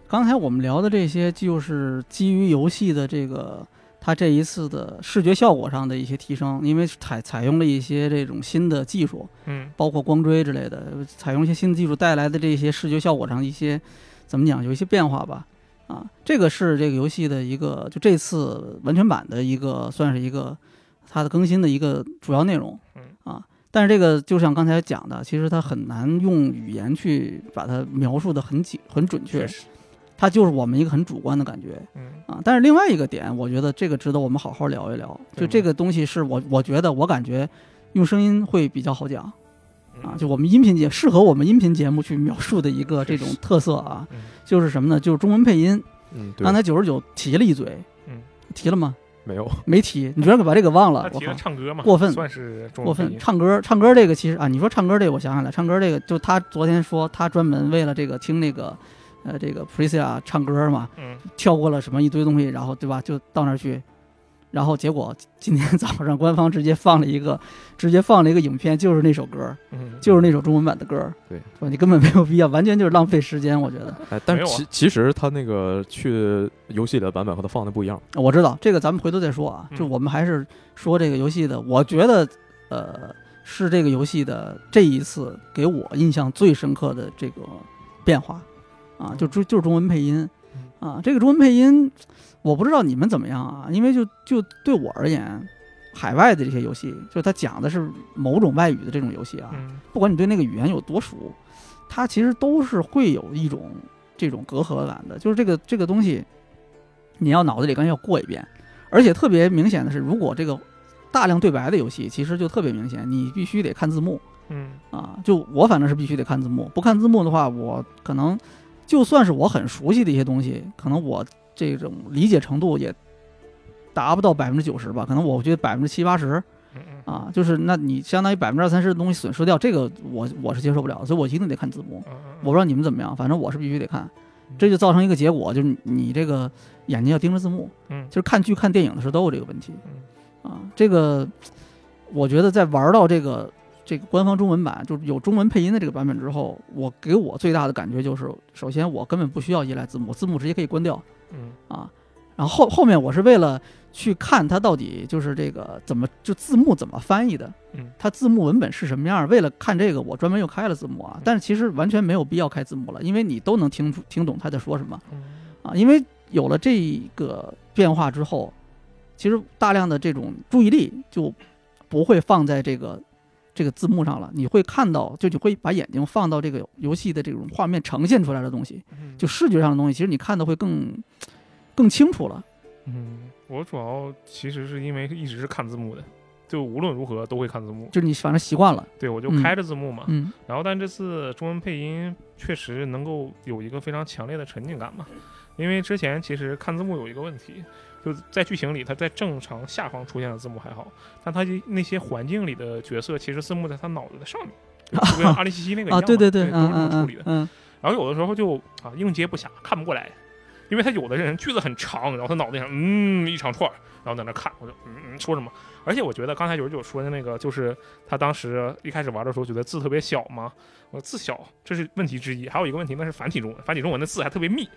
A: 刚才我们聊的这些就是基于游戏的这个它这一次的视觉效果上的一些提升，因为采采用了一些这种新的技术，
C: 嗯
A: 包括光追之类的，采用一些新的技术带来的这些视觉效果上一些怎么讲，有一些变化吧。啊，这个是这个游戏的一个，就这次完全版的一个，算是一个它的更新的一个主要内容
C: 嗯。
A: 啊，但是这个就像刚才讲的，其实它很难用语言去把它描述的很紧很准确
C: 确。实，
A: 它就是我们一个很主观的感觉
C: 嗯
A: 啊。但是另外一个点，我觉得这个值得我们好好聊一聊。
C: 对
A: 就这个东西是我我觉得我感觉用声音会比较好讲啊，就我们音频节适合我们音频节目去描述的一个这种特色啊
C: 是是嗯，
A: 就是什么呢？就是中文配音。
B: 嗯，对
C: 啊
A: 刚，才九十九提了一嘴，
C: 嗯，
A: 提了吗？
B: 没有，
A: 没提，你居然把这个忘了
C: 他，
A: 我
C: 提
A: 靠
C: 了！唱歌嘛，
A: 过分
C: 算是中
A: 过
C: 文配
A: 分，
C: 音，
A: 唱歌唱歌这个其实啊，你说唱歌这个，我想起来，唱歌这个就他昨天说他专门为了这个听那个，呃，这个 Prisia 唱歌嘛，
C: 嗯
A: 跳过了什么一堆东西，然后对吧，就到那儿去，然后结果今天 早上官方直接放了一个，直接放了一个影片，就是那首歌，
C: 嗯，
A: 就是那首中文版的歌，
B: 对，
A: 说你根本没有必要，完全就是浪费时间，我觉得，
B: 哎，但
C: 没
B: 是
C: 有啊
B: 其其实他那个去游戏里的版本和他放的不一样，
A: 我知道这个，咱们回头再说啊。
C: 嗯
A: 就我们还是说这个游戏的，我觉得，呃，是这个游戏的这一次给我印象最深刻的这个变化啊，就中就是中文配音啊，这个中文配音，我不知道你们怎么样啊，因为就就对我而言，海外的这些游戏，就它讲的是某种外语的这种游戏啊，
C: 嗯
A: 不管你对那个语言有多熟，它其实都是会有一种这种隔阂感的，就是这个这个东西，你要脑子里刚要过一遍，而且特别明显的是，如果这个大量对白的游戏，其实就特别明显，你必须得看字幕
C: 嗯
A: 啊。就我反正是必须得看字幕，不看字幕的话，我可能就算是我很熟悉的一些东西，可能我这种理解程度也达不到百分之九十吧，可能我觉得百分之七八十。
C: 嗯嗯
A: 啊，就是那你相当于百分之二三十的东西损失掉，这个我我是接受不了的，所以我一定得看字幕。
C: 嗯，
A: 我不知道你们怎么样，反正我是必须得看，这就造成一个结果，就是你这个眼睛要盯着字幕，
C: 嗯
A: 就是看剧看电影的时候都有这个问题
C: 嗯
A: 啊。这个我觉得在玩到这个这个官方中文版，就是有中文配音的这个版本之后，我给我最大的感觉就是，首先我根本不需要依赖字幕，字幕直接可以关掉，
C: 嗯
A: 啊。然后后后面我是为了去看它到底就是这个怎么就字幕怎么翻译的，
C: 嗯，
A: 它字幕文本是什么样儿？为了看这个，我专门又开了字幕啊。但是其实完全没有必要开字幕了，因为你都能听出听懂他在说什么
C: 嗯
A: 啊。因为有了这个变化之后，其实大量的这种注意力就不会放在这个这个字幕上了，你会看到，就你会把眼睛放到这个游戏的这种画面呈现出来的东西。
C: 嗯
A: 就视觉上的东西，其实你看的会更更清楚了。
C: 嗯，我主要其实是因为一直是看字幕的，就无论如何都会看字幕。
A: 就是你反正习惯了，
C: 对，我就
A: 嗯
C: 开着字幕嘛。
A: 嗯，
C: 然后，但这次中文配音确实能够有一个非常强烈的沉浸感嘛，因为之前其实看字幕有一个问题，就在剧情里它在正常下方出现的字幕还好，但它一那些环境里的角色其实字幕在他脑子的上面，就跟阿里西西那个一 样
A: 啊，
C: 嘛
A: 对对
C: 对，
A: 对，
C: 都是
A: 嗯
C: 这么
A: 嗯
C: 处理
A: 嗯
C: 的。
A: 嗯，
C: 然后有的时候就啊应接不暇，看不过来，因为他有的人句子很长，然后他脑袋上嗯一长串儿，然后在那看，我就嗯嗯说什么。而且我觉得刚才有人有说的那个，就是他当时一开始玩的时候觉得字特别小嘛，我字小这是问题之一，还有一个问题那是繁体中文，繁体中文的字还特别密，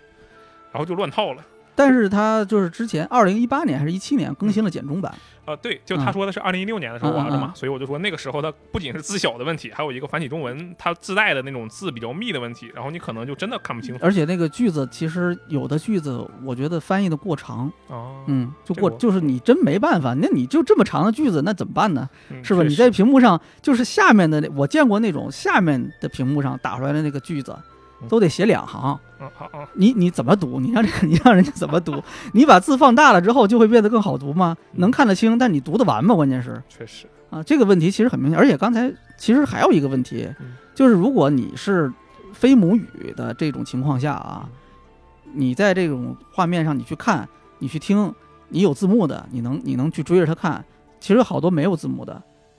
C: 然后就乱套了。
A: 但是它就是之前二零一八年还是一七年更新了简中版，
C: 啊，对，就他
A: 嗯
C: 说的是二零一六年的时候玩的嘛，
A: 嗯嗯嗯
C: 所以我就说那个时候它不仅是字小的问题，还有一个繁体中文它自带的那种字比较密的问题，然后你可能就真的看不清楚
A: 而且那个句子其实有的句子我觉得翻译的过长，
C: 啊，
A: 嗯，就
C: 这
A: 过
C: 个我
A: 就是你真没办法，那你就这么长的句子，那怎么办呢？
C: 嗯
A: 是吧？
C: 确
A: 你
C: 实
A: 在屏幕上就是下面的那，我见过那种下面的屏幕上打出来的那个句子，
C: 嗯
A: 都得写两行。
C: 嗯好啊，
A: 你你怎么读？你让这 个你让人家怎么读？你把字放大了之后，就会变得更好读吗？
C: 嗯
A: 能看得清，但你读得完吗？关键是
C: 确实，
A: 啊，这个问题其实很明显。而且刚才其实还有一个问题
C: 嗯，
A: 就是如果你是非母语的这种情况下啊，
C: 嗯
A: 你在这种画面上你去看，你去听，你有字幕的，你能你能去追着它看。其实有好多没有字幕的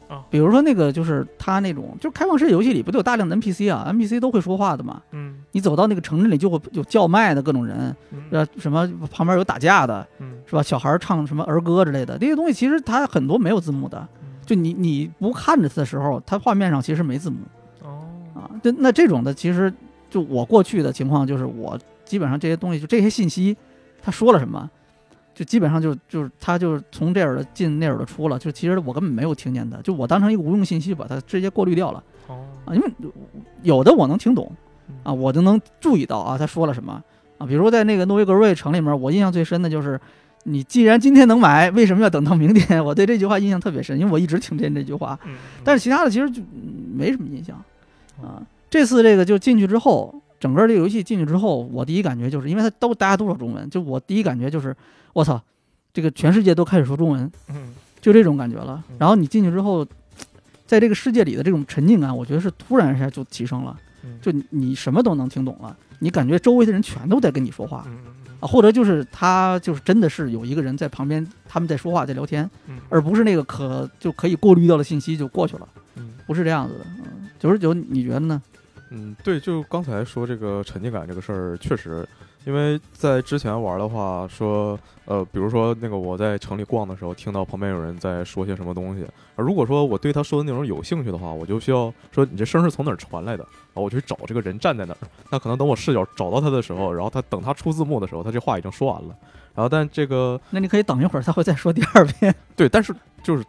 C: 啊，
A: 比如说那个就是他那种，就是开放式游戏里不都有大量的 NPC 啊，NPC 都会说话的嘛。
C: 嗯
A: 你走到那个城镇里，就会有叫卖的各种人，
C: 嗯
A: 呃，什么旁边有打架的，
C: 嗯
A: 是吧？小孩儿唱什么儿歌之类的，这些东西其实它很多没有字幕的，
C: 嗯
A: 就你你不看着它的时候，它画面上其实没字幕
C: 哦，
A: 啊。这那这种的，其实就我过去的情况就是，我基本上这些东西就这些信息，他说了什么，就基本上就就是他就是从这耳朵进那耳朵出了，就其实我根本没有听见它，就我当成一个无用信息把它直接过滤掉了
C: 哦，
A: 啊，因为有的我能听懂。
C: 嗯
A: 啊，，我就能注意到啊，他说了什么啊。比如说在那个诺维格瑞城里面，我印象最深的就是，你既然今天能买，为什么要等到明天？ 我对这句话印象特别深，因为我一直听见这句话。
C: 嗯，
A: 但是其他的其实就嗯没什么印象啊。这次这个就进去之后，整个这个游戏进去之后，我第一感觉就是，因为它都大家都说中文，就我第一感觉就是，我操，这个全世界都开始说中文，
C: 嗯
A: 就这种感觉了
C: 嗯。
A: 然后你进去之后，在这个世界里的这种沉浸感，我觉得是突然一下就提升了，
C: 嗯，
A: 就你你什么都能听懂了，你感觉周围的人全都在跟你说话。
C: 嗯嗯嗯
A: 啊，或者就是他就是真的是有一个人在旁边，他们在说话在聊天，
C: 嗯，
A: 而不是那个可就可以过滤掉的信息就过去了，
C: 嗯
A: 不是这样子的。嗯，九十九，你觉得呢？
B: 嗯，对，就刚才说这个沉浸感这个事儿，确实，因为在之前玩的话，说呃，比如说那个我在城里逛的时候，听到旁边有人在说些什么东西，而如果说我对他说的内容有兴趣的话，我就需要说你这声儿是从哪儿传来的，然后我去找这个人站在哪儿。那可能等我视角找到他的时候，然后他等他出字幕的时候，他这话已经说完了。然后但这个
A: 那你可以等一会儿，他会再说第二遍。
B: 对，但是就是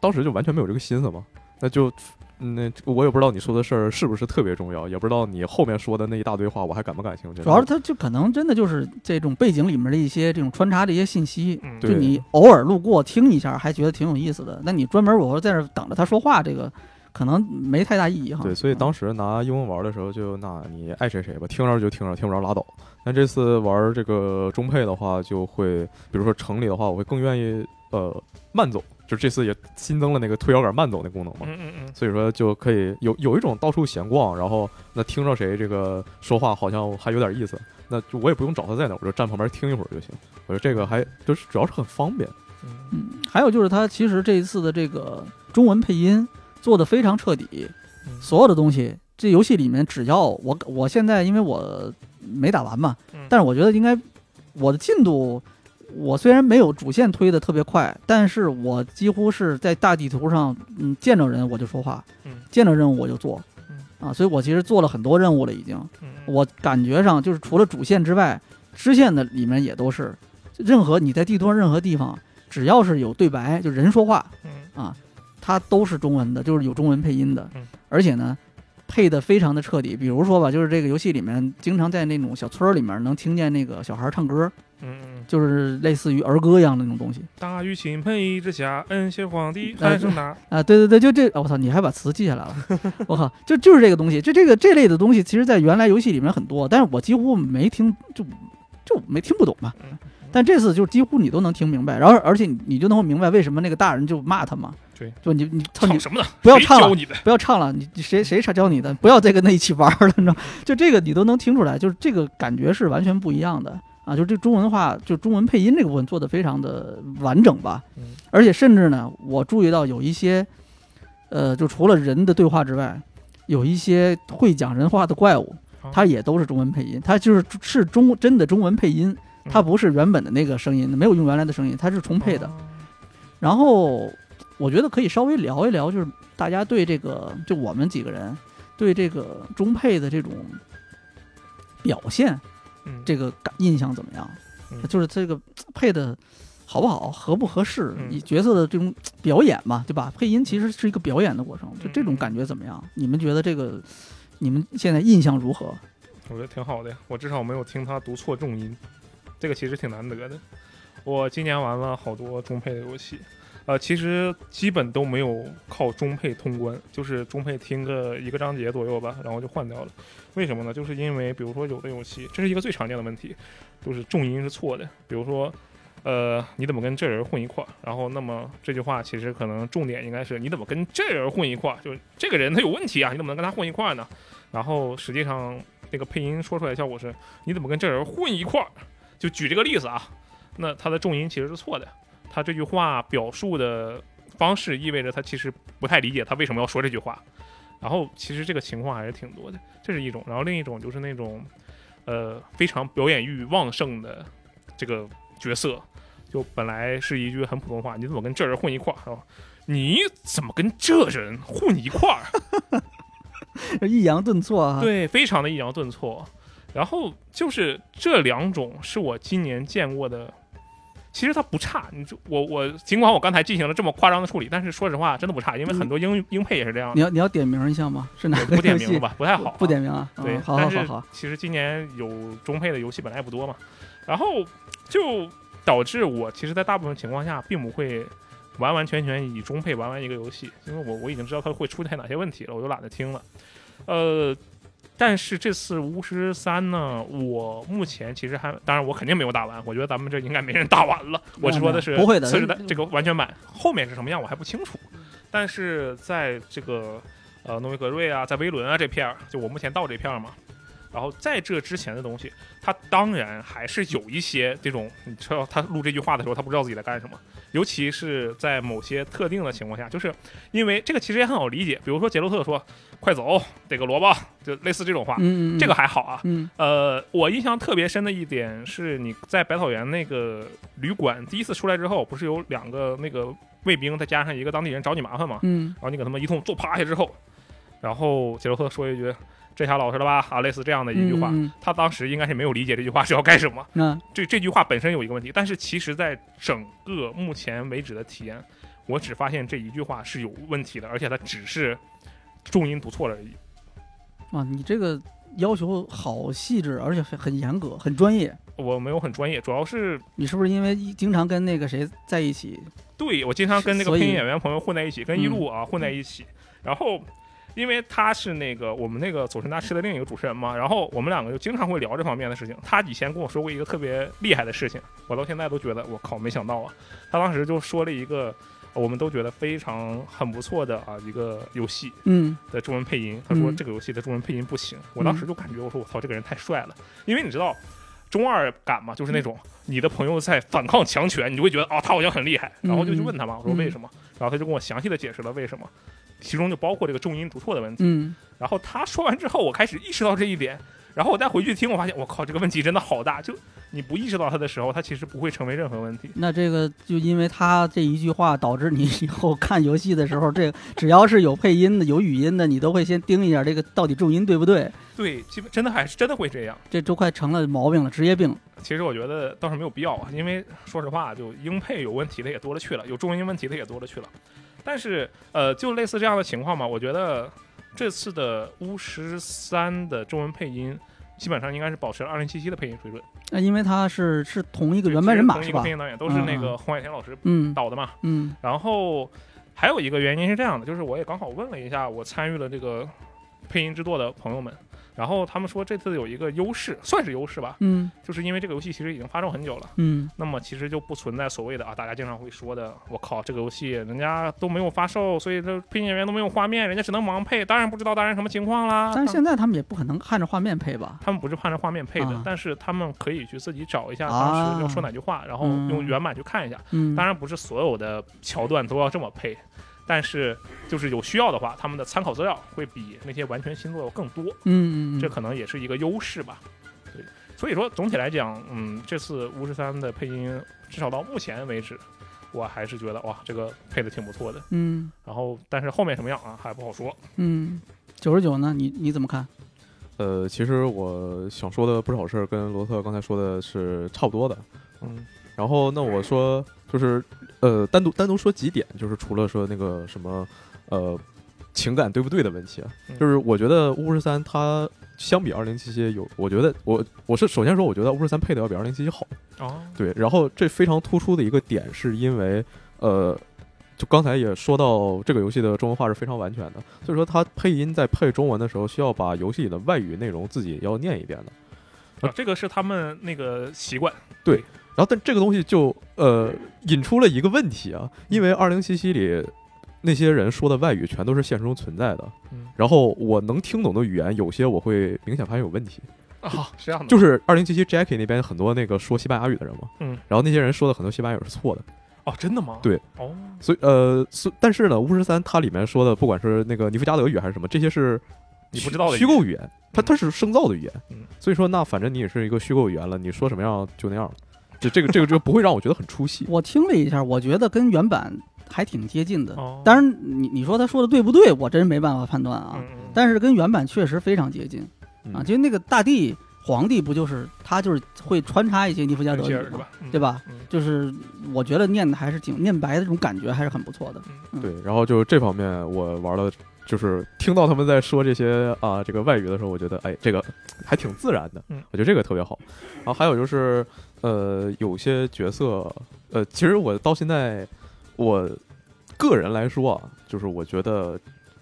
B: 当时就完全没有这个心思嘛，那就嗯那我也不知道你说的事儿是不是特别重要，也不知道你后面说的那一大堆话我还感不感兴 趣。
A: 主要是他就可能真的就是这种背景里面的一些这种穿插的一些信息，
C: 嗯
A: 就
B: 对
A: 你偶尔路过听一下，还觉得挺有意思的。那你专门我说在那儿等着他说话，这个可能没太大意义哈。
B: 对，所以
A: 嗯
B: 当时拿英文玩的时候就，那你爱谁谁吧，听着就听着，听不着拉倒。但这次玩这个中配的话，就会比如说城里的话，我会更愿意呃慢走，就这次也新增了那个推摇杆慢走那功能嘛。
C: 嗯嗯嗯，
B: 所以说就可以有有一种到处闲逛，然后那听着谁这个说话好像还有点意思，那就我也不用找他在哪儿，我就站旁边听一会儿就行。我觉得这个还就是主要是很方便，
C: 嗯
A: 嗯，还有就是他其实这一次的这个中文配音做的非常彻底，
C: 嗯
A: 所有的东西，这游戏里面只要我我现在因为我没打完嘛
C: 嗯，
A: 但是我觉得应该我的进度，我虽然没有主线推的特别快，但是我几乎是在大地图上，嗯，见着人我就说话
C: 嗯，
A: 见着任务我就做
C: 嗯，
A: 啊，所以我其实做了很多任务了已经。
C: 嗯嗯
A: 我感觉上就是除了主线之外，支线的里面也都是，任何你在地图上任何地方，只要是有对白，就人说话，
C: 嗯
A: 它都是中文的，就是有中文配音的
C: 嗯，
A: 而且呢，配的非常的彻底。比如说吧，就是这个游戏里面经常在那种小村儿里面能听见那个小孩儿唱歌，
C: 嗯嗯，
A: 就是类似于儿歌一样的那种东西
C: 大雨倾盆一直下，恩谢皇帝
A: 呃
C: 诞生他。
A: 啊。对对对，就这，啊我、操，你还把词记下来了，我靠，就就是这个东西，就这个这类的东西，其实在原来游戏里面很多，但是我几乎没听就就没听不懂嘛。
C: 嗯
A: 但这次就是几乎你都能听明白，然后而且你你就能够明白为什么那个大人就骂他嘛。
C: 对，
A: 就你你操你
C: 唱什么呢？
A: 不要
C: 谁
A: 唱了
C: 教你的。
A: 不要唱了，你你谁谁教你的，不要再跟他一起玩儿了，你知道吗？ 就这个你都能听出来，就是这个感觉是完全不一样的啊！就这中文化，就中文配音这个部分做的非常的完整吧
C: 嗯，
A: 而且甚至呢，我注意到有一些，呃，就除了人的对话之外，有一些会讲人话的怪物
C: 啊，
A: 它也都是中文配音，它就是是中真的中文配音，
C: 嗯
A: 它不是原本的那个声音，没有用原来的声音，它是重配的。
C: 哦，
A: 然后我觉得可以稍微聊一聊，就是大家对这个，就我们几个人对这个中配的这种表现，
C: 嗯，
A: 这个感印象怎么样
C: 嗯？
A: 就是这个配的好不好，合不合适，
C: 嗯
A: 以角色的这种表演嘛，对吧？配音其实是一个表演的过程，
C: 嗯
A: 就这种感觉怎么样？你们觉得这个，你们现在印象如何？
C: 我觉得挺好的呀，我至少没有听他读错重音，这个其实挺难得的。我今年玩了好多中配的游戏，呃，其实基本都没有靠中配通关，就是中配听个一个章节左右吧，然后就换掉了。为什么呢？就是因为比如说有的游戏，这是一个最常见的问题，就是重音是错的。比如说，呃，你怎么跟这人混一块儿？然后那么这句话其实可能重点应该是你怎么跟这人混一块儿？就是这个人他有问题啊，你怎么能跟他混一块儿呢？然后实际上那个配音说出来的效果是，你怎么跟这人混一块儿？就举这个例子啊，那它的重音其实是错的，他这句话表述的方式意味着他其实不太理解他为什么要说这句话。然后其实这个情况还是挺多的，这是一种。然后另一种就是那种，呃，非常表演欲旺盛的这个角色，就本来是一句很普通话，你怎么跟这人混一块儿？然后你怎么跟这人混一块儿？
A: 抑扬顿挫啊，
C: 对，非常的抑扬顿挫。然后就是这两种是我今年见过的，其实它不差。你就我我尽管我刚才进行了这么夸张的处理，但是说实话真的不差，因为很多英、英配也是这样
A: 嗯你
C: 的。
A: 要你要点名一下吗？是哪 个
C: 不点
A: 游戏
C: 名了？吧，不太好、啊。
A: 不点名啊？
C: 对
A: 嗯，好好
C: 但
A: 好
C: 是
A: 好，
C: 其实今年有中配的游戏本来也不多嘛，然后就导致我其实，在大部分情况下并不会完完全全以中配玩完一个游戏，因为我我已经知道它会出现哪些问题了，我就懒得听了。呃，但是这次巫师三呢，我目前其实还，当然我肯定没有打完，我觉得咱们这应该没人打完了。我是说的是
A: 不会的嗯
C: 次世代这个完全版后面是什么样我还不清楚，但是在这个呃诺维格瑞啊，在威伦啊这片儿，就我目前到这片儿嘛。然后在这之前的东西，他当然还是有一些这种，你知道他录这句话的时候，他不知道自己在干什么，尤其是在某些特定的情况下，就是因为这个其实也很好理解，比如说杰洛特说“快走，逮个萝卜”，就类似这种话，
A: 嗯，嗯
C: 这个，还好啊。
A: 嗯
C: 呃，我印象特别深的一点是，你在百草园那个旅馆第一次出来之后，不是有两个那个卫兵，再加上一个当地人找你麻烦吗？
A: 嗯
C: 然后你给他们一通揍趴下之后，然后杰洛特说一句：“这下老实了吧？”啊，类似这样的
A: 嗯，
C: 一句话。
A: 嗯，嗯
C: 他当时应该是没有理解这句话是要干什么。
A: 那
C: 这这句话本身有一个问题，但是其实在整个目前为止的体验，我只发现这一句话是有问题的，而且它只是重音读错了而已。
A: 啊，你这个要求好细致，而且很很严格，很专业。
C: 我没有很专业，主要是
A: 你是不是因为一经常跟那个谁在一起？
C: 对我经常跟那个
A: 所以嗯
C: 配音演员朋友混在一起，跟一路啊、混在一起，然后。因为他是那个我们那个走神大师的另一个主持人嘛，然后我们两个就经常会聊这方面的事情。他以前跟我说过一个特别厉害的事情，我到现在都觉得我靠，没想到啊！他当时就说了一个呃我们都觉得非常很不错的啊一个游戏，
A: 嗯
C: 的中文配音，他说
A: 嗯
C: 这个游戏的中文配音不行。我当时就感觉我说我操，这个人太帅了，因为你知道中二感嘛，就是那种
A: 嗯
C: 你的朋友在反抗强权，你就会觉得哦，他好像很厉害，
A: 嗯
C: 然后就去问他嘛，我说为什么？然后他就跟我详细的解释了为什么，其中就包括这个重音读错的问题。
A: 嗯，
C: 然后他说完之后，我开始意识到这一点，然后我再回去听，我发现我靠，这个问题真的好大。就你不意识到它的时候，它其实不会成为任何问题。
A: 那这个就因为他这一句话，导致你以后看游戏的时候，这个只要是有配音的、有语音的，你都会先盯一下这个到底重音对不对，
C: 对，基本真的还是真的会这样。
A: 这都快成了毛病了，职业病。
C: 其实我觉得倒是没有必要啊，因为说实话，就英配有问题的也多了去了，有中英问题的也多了去了。但是，呃，就类似这样的情况嘛，我觉得这次的《巫师三》的中文配音基本上应该是保持了二零七七的配音水准。
A: 那因为他是是同一
C: 这
A: 个原班人马
C: 同一
A: 是
C: 个
A: 吧
C: 配？音导演都是那
A: 嗯
C: 个洪海田老师
A: 嗯
C: 导的嘛。
A: 嗯
C: 然后还有一个原因是这样的，就是我也刚好问了一下我参与了这个配音制作的朋友们，然后他们说这次有一个优势，算是优势吧，
A: 嗯
C: 就是因为这个游戏其实已经发售很久了。
A: 嗯
C: 那么其实就不存在所谓的啊，大家经常会说的，我靠，这个游戏人家都没有发售，所以这配音演员都没有画面，人家只能盲配，当然不知道当然什么情况啦。
A: 但是现在他们也不可能看着画面配吧？
C: 他们不是盼着画面配的，
A: 啊
C: 但是他们可以去自己找一下当时要说哪句话，然后用原版去看一下。
A: 嗯，
C: 当然不是所有的桥段都要这么配，但是就是有需要的话，他们的参考资料会比那些完全新作要更多。
A: 嗯，嗯嗯，
C: 这可能也是一个优势吧。对，所以说总体来讲，嗯，这次巫师三的配音，至少到目前为止，我还是觉得哇，这个配的挺不错的。
A: 嗯
C: 然后，但是后面什么样啊，还不好说。
A: 嗯，九十九呢？你你怎么看？
B: 呃，其实我想说的不少事儿跟罗特刚才说的是差不多的，嗯。然后那我说就是呃，单独单独说几点，就是除了说那个什么呃情感对不对的问题啊，
C: 嗯
B: 就是我觉得《巫师三》它相比《二零七七》有，我觉得我我是首先说，我觉得《巫师三》配的要比《二零七七》好，
C: 哦，
B: 对。然后这非常突出的一个点是因为呃。就刚才也说到，这个游戏的中文化是非常完全的，所以说它配音在配中文的时候，需要把游戏里的外语内容自己要念一遍的。
C: 啊这个是他们那个习惯。
B: 然后，但这个东西就呃引出了一个问题啊，因为二零七七里那些人说的外语全都是现实中存在的，
C: 嗯
B: 然后我能听懂的语言有些我会明显发现有问题，
C: 啊、是这样的，
B: 就是二零七七 Jackie 那边很多那个说西班牙语的人嘛，
C: 嗯，
B: 然后那些人说的很多西班牙语是错的，
C: 哦，真的吗？
B: 对，
C: 哦，
B: 所以呃，所以但是呢，巫师三它里面说的不管是那个尼夫加德语还是什么，这些是
C: 你不知道的
B: 虚
C: 语言
B: 构语言，它它是生造的语言，
C: 嗯
B: 所以说那反正你也是一个虚构语言了，你说什么样就那样了，这这个这个就不会让我觉得很出戏。
A: 我听了一下，我觉得跟原版还挺接近的。
C: 哦，
A: 当然你，你说他说的对不对，我真没办法判断啊。
C: 嗯，嗯，
A: 但是跟原版确实非常接近啊，
B: 嗯
A: 就那个大帝皇帝不就是他就是会穿插一些尼夫加
C: 但
A: 德
C: 是
A: 语
C: 是
A: 嘛，
C: 吧？嗯
A: 对？吧？
C: 嗯
A: 就是我觉得念的还是挺念白的这种感觉还是很不错的。
B: 对，然后就这方面我玩了，就是听到他们在说这些啊、这个外语的时候，我觉得哎，这个还挺自然的，
C: 嗯
B: 我觉得这个特别好。然后还有就是呃，有些角色呃，其实我到现在我个人来说啊，就是我觉得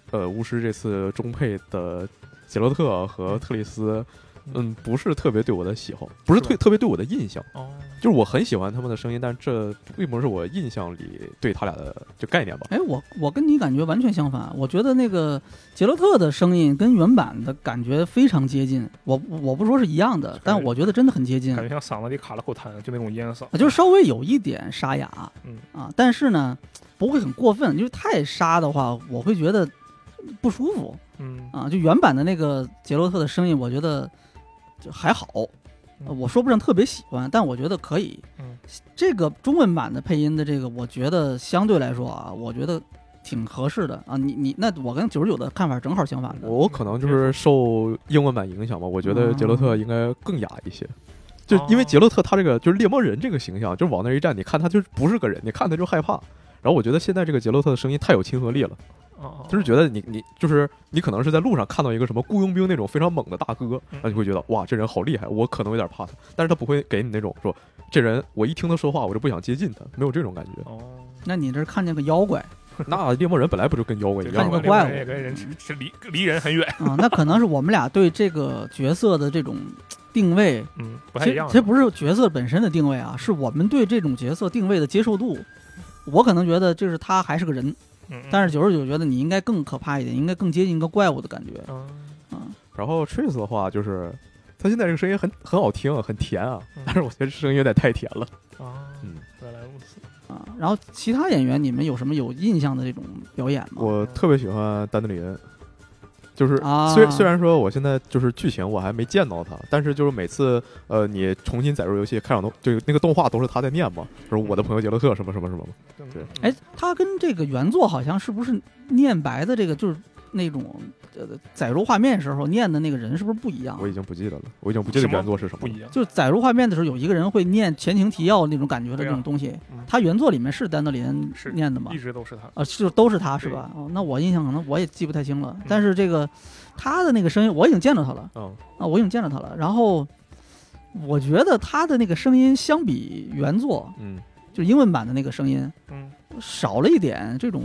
B: 呃，巫师这次中配的杰洛特和特丽斯，嗯，不是特别对我的喜好，不
C: 是
B: 是
C: 吧
B: 特特别对我的印象，
C: 哦，
B: 就是我很喜欢他们的声音，但这并不是我印象里对他俩的就概念吧。
A: 哎，我我跟你感觉完全相反，我觉得那个杰洛特的声音跟原版的感觉非常接近，我我不说是一样的，但我觉得真的很接近，
C: 感觉
A: 啊，
C: 像嗓子里卡了口痰，就那种烟嗓，
A: 就是稍微有一点沙哑，
C: 嗯
A: 啊，但是呢，不会很过分，因为太沙的话，我会觉得不舒服
C: 嗯
A: 啊。就原版的那个杰洛特的声音，我觉得就还好，呃
C: 嗯
A: 我说不上特别喜欢，但我觉得可以。
C: 嗯
A: 这个中文版的配音的这个，我觉得相对来说啊，我觉得挺合适的啊。你你那我跟九十九的看法正好相反的，
B: 我可能就是受英文版影响吧，我觉得杰洛特应该更雅一些。就因为杰洛特他这个就是猎魔人这个形象，就是往那儿一站，你看他就是不是个人，你看他就害怕。然后我觉得现在这个杰洛特的声音太有亲和力了，
C: 哦，
B: 就是觉得你你就是你可能是在路上看到一个什么雇佣兵那种非常猛的大哥，
C: 嗯
B: 然后你会觉得哇这人好厉害，我可能有点怕他，但是他不会给你那种说这人我一听他说话我就不想接近他，没有这种感觉。
C: 哦，
A: 那你这看见个妖怪
B: 那猎魔人本来不就跟妖怪一
A: 看
B: 样
A: 见
B: 吗
A: 个？怪物嗯
C: 也跟人是是离离人很远，
A: 啊，那可能是我们俩对这个角色的这种定位
C: 嗯，不
A: 其
C: 太一
A: 实
C: 样
A: 其。实不是角色本身的定位啊，是我们对这种角色定位的接受度。我可能觉得就是他还是个人，
C: 嗯，
A: 但
C: 是
A: 是九十九觉得你应该更可怕一点，应该更接近一个怪物的感觉。
C: 嗯，
A: 嗯，
B: 然后 Trace 的话就是。他现在这个声音很很好听啊，很甜啊
C: 嗯，
B: 但是我觉得声音有点太甜了。
C: 啊
B: 嗯，
C: 原来如此，
A: 啊，然后其他演员你们有什么有印象的这种表演吗？
C: 嗯
B: 我特别喜欢丹德里恩，就是
A: 啊
B: 虽虽然说我现在就是剧情我还没见到他，但是就是每次呃你重新载入游戏开场动就那个动画都是他在念嘛，就是我的朋友杰洛特什么什么什么嘛。
C: 嗯
B: 对，
A: 哎，他跟这个原作好像是不是念白的这个就是那种呃载入画面时候念的那个人是不是不一样啊
B: 我？已经不记得了，我已经不记得
C: 什么
B: 原作是什么
C: 嗯不
B: 了。
C: 一样，
A: 就是载入画面的时候，有一个人会念前情提要那种感觉的
C: 对啊
A: 这种东西。
C: 嗯
A: 他原作里面是丹德林
C: 是
A: 念的吗
C: 一？直都是他，
A: 啊，就都是他是
C: 对
A: 吧？哦，那我印象可能我也记不太清了，但是这个他的那个声音我已经见到他了
B: 嗯，
A: 啊，我已经见到他了。然后我觉得他的那个声音相比原作
B: 嗯，
A: 就英文版的那个声音
C: 嗯，
A: 少了一点这种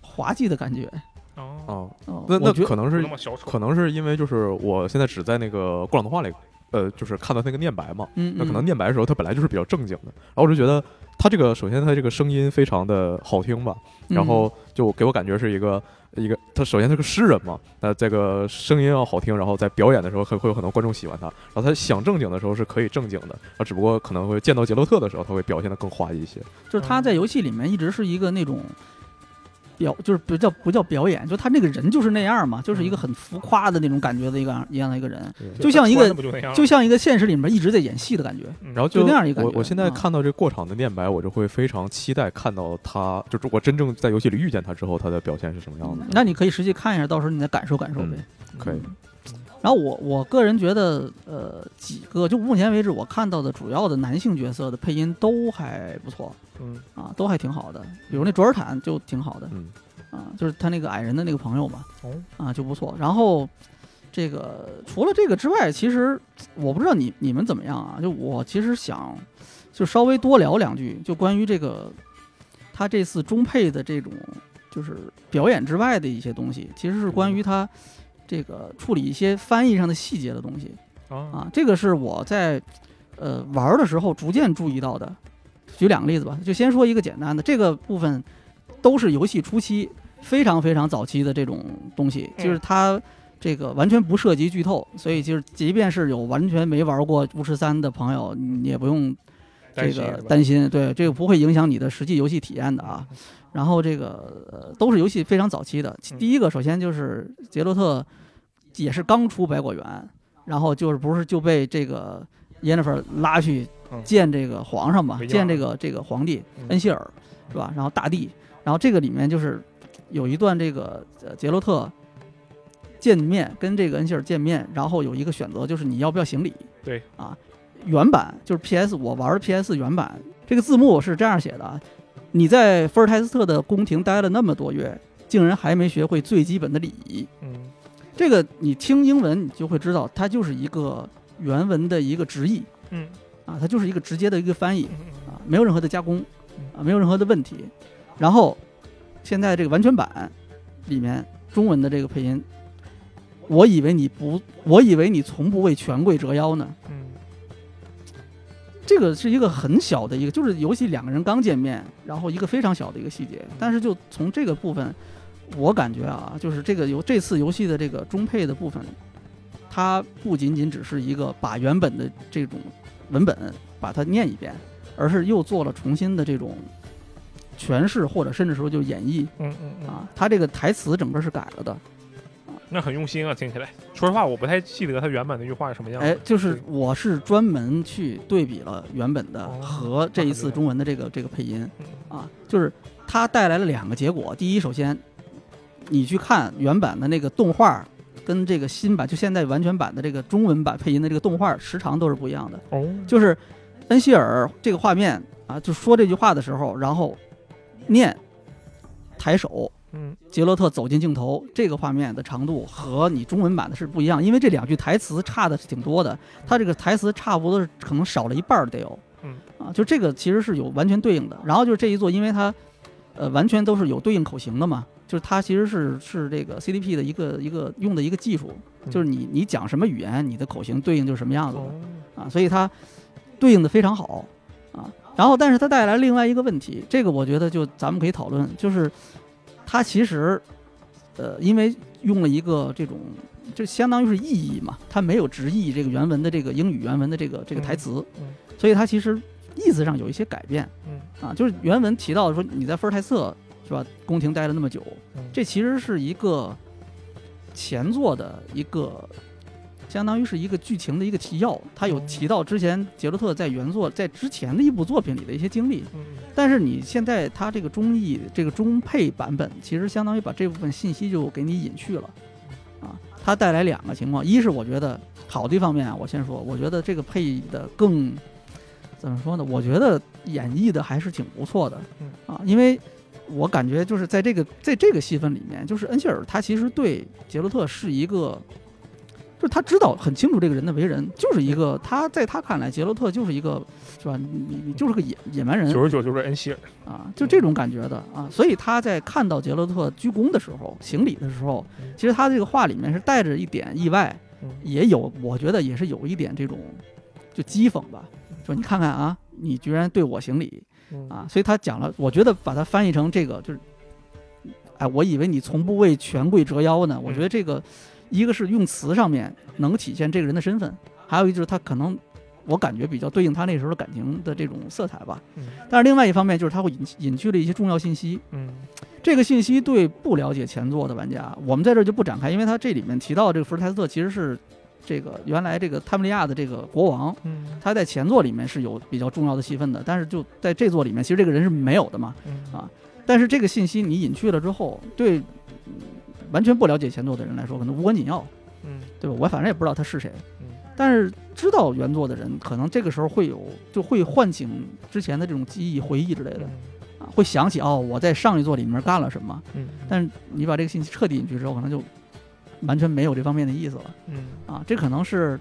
A: 滑稽的感觉。
C: 哦，
B: 哦，
A: 哦，
B: 那
A: 我
B: 那
A: 觉
B: 可能
C: 不
B: 是
C: 那么小丑，
B: 可能是因为就是我现在只在那个过场动画里，呃，就是看到那个念白嘛，
A: 嗯，
B: 那可
A: 嗯
B: 能念白的时候，他本来就是比较正经的，然后我就觉得他这个首先他这个声音非常的好听吧，
A: 嗯
B: 然后就给我感觉是一个一个他首先他是个诗人嘛，那这个声音要好听，然后在表演的时候会会有很多观众喜欢他，然后他想正经的时候是可以正经的，啊，只不过可能会见到杰洛特的时候，他会表现的更滑稽一些。
A: 嗯就是他在游戏里面一直是一个那种。表就是不叫不叫表演，就他那个人就是那样嘛，
B: 嗯
A: 就是一个很浮夸的那种感觉的一个一样的一个人，就像一个
C: 穿的不就那样吗，
A: 就像一个现实里面一直在演戏的感觉。
C: 嗯
B: 然后
A: 就那样一个感
B: 我
A: 觉
B: 我现在
A: 嗯
B: 看到这过场的念白，我就会非常期待看到他，就是我真正在游戏里遇见他之后，他的表现是什么样
A: 嗯
B: 的。
A: 那你可以实际看一下，到时候你再感受感受呗。
B: 可以
A: 嗯。然后我我个人觉得，呃，几个就目前为止我看到的主要的男性角色的配音都还不错
C: 嗯
A: 啊，都还挺好的。比如那卓尔坦就挺好的
B: 嗯，
A: 啊，就是他那个矮人的那个朋友嘛
C: 哦，
A: 啊就不错。然后这个除了这个之外，其实我不知道你你们怎么样啊？就我其实想就稍微多聊两句，就关于这个他这次中配的这种就是表演之外的一些东西，其实是关于他这个处理一些翻译上的细节的东西
C: 啊
A: 啊。这个是我在呃玩儿的时候逐渐注意到的。举两个例子吧，就先说一个简单的，这个部分都是游戏初期非常非常早期的这种东西，
C: 嗯
A: 就是它。这个完全不涉及剧透，所以就是，即便是有完全没玩过《巫师三》的朋友，你也不用这
C: 担心
A: 个
C: 是吧
A: 担心，对这个不会影响你的实际游戏体验的啊。然后这个、呃、都是游戏非常早期的。其
C: 嗯
A: 第一个，首先就是杰洛特也是刚出百果园，然后就是不是就被这个耶尼弗拉去
C: 嗯
A: 见这个皇上嘛，
C: 维吉尔
A: 见这个这个皇帝
C: 嗯
A: 恩希尔是吧？然后大帝，然后这个里面就是有一段这个呃杰洛特。见面跟这个恩希尔见面，然后有一个选择就是你要不要行礼。
C: 对
A: 啊，原版就是 PS 我玩的 PS 原版，这个字幕是这样写的啊：你在菲尔泰斯特的宫廷待了那么多月，竟然还没学会最基本的礼仪。
C: 嗯
A: 这个你听英文，你就会知道，它就是一个原文的一个直译
C: 嗯
A: 啊，它就是一个直接的一个翻译
C: 嗯嗯
A: 啊，没有任何的加工啊，没有任何的问题。然后现在这个完全版里面中文的这个配音，我以为你不，我以为你从不为权贵折腰呢。
C: 嗯
A: 这个是一个很小的一个，就是游戏两个人刚见面，然后一个非常小的一个细节，
C: 嗯
A: 但是就从这个部分，我感觉啊，就是这个游这次游戏的这个中配的部分，它不仅仅只是一个把原本的这种文本把它念一遍，而是又做了重新的这种诠释，或者甚至说就演绎
C: 嗯嗯嗯
A: 啊，它这个台词整个是改了的，
C: 那很用心啊，听起来。说实话，我不太记得他原版那句话是什么样子。
A: 哎，就
C: 对
A: 是我是专门去对比了原本的
C: 哦
A: 和这一次中文的这个这个配音
C: 嗯，
A: 啊，就是它带来了两个结果。第一，首先你去看原版的那个动画，跟这个新版就现在完全版的这个中文版配音的这个动画时长都是不一样的。
C: 哦，
A: 就是恩希尔这个画面啊，就说这句话的时候，然后念抬手，
C: 嗯
A: 杰洛特走进镜头这个画面的长度和你中文版的是不一样，因为这两句台词差的是挺多的，它这个台词差不多是可能少了一半儿得有，
C: 嗯
A: 啊，就这个其实是有完全对应的。然后就是这一座，因为它呃完全都是有对应口型的嘛，就是它其实是是这个 CDP 的一个一个用的一个技术，
C: 嗯
A: 就是你你讲什么语言，你的口型对应就是什么样子的。
C: 哦，
A: 啊，所以它对应的非常好啊。然后，但是它带来另外一个问题，这个我觉得就咱们可以讨论，就是它其实呃，因为用了一个这种，就相当于是意译嘛，它没有直译这个原文的这个英语原文的这个这个台词，
C: 嗯嗯
A: 所以它其实意思上有一些改变
C: 嗯
A: 啊，就是原文提到说你在伏尔泰瑟是吧，宫廷待了那么久，
C: 嗯
A: 这其实是一个前作的一个，相当于是一个剧情的一个提要，它有
C: 哦
A: 提到之前杰洛特在原作在之前的一部作品里的一些经历，
C: 嗯
A: 但是你现在它这个中译这个中配版本，其实相当于把这部分信息就给你隐去了，啊，它带来两个情况，一是我觉得好的一方面啊，我先说，我觉得这个配的更怎么说呢？我觉得演绎的还是挺不错的
C: 嗯，
A: 啊，因为我感觉就是在这个在这个戏份里面，就是恩希尔他其实对杰洛特是一个。就是他知道很清楚这个人的为人，就是一个他在他看来，杰洛特就是一个，是吧？你你你就是个野野蛮人，
C: 九十九就是恩希尔。
A: 啊，就这种感觉的啊，所以他在看到杰洛特鞠躬的时候、行礼的时候
C: 嗯，
A: 其实他这个话里面是带着一点意外，
C: 嗯
A: 也有我觉得也是有一点这种就讥讽吧，说你看看啊，你居然对我行礼
C: 嗯
A: 啊，所以他讲了，我觉得把它翻译成这个就是，哎，我以为你从不为权贵折腰呢，我觉得这个一个是用词上面能体现这个人的身份，还有一个就是他可能我感觉比较对应他那时候的感情的这种色彩吧。
C: 嗯
A: 但是另外一方面就是它会隐隐去了一些重要信息，
C: 嗯
A: 这个信息对不了解前作的玩家，我们在这儿就不展开，因为它这里面提到这个伏尔泰斯特其实是这个原来这个泰姆利亚的这个国王，
C: 嗯
A: 他在前作里面是有比较重要的戏份的，但是就在这作里面，其实这个人是没有的嘛。
C: 嗯
A: 啊但是这个信息你隐去了之后，对嗯完全不了解前作的人来说，可能无关紧要，
C: 嗯
A: 对吧？我反正也不知道他是谁
C: 嗯，
A: 但是知道原作的人，可能这个时候会有就会唤醒之前的这种记忆、回忆之类的。啊，会想起哦，我在上一座里面干了什么。
C: 嗯，
A: 但是你把这个信息彻底隐去之后，可能就完全没有这方面的意思了
C: 嗯
A: 啊。这可能是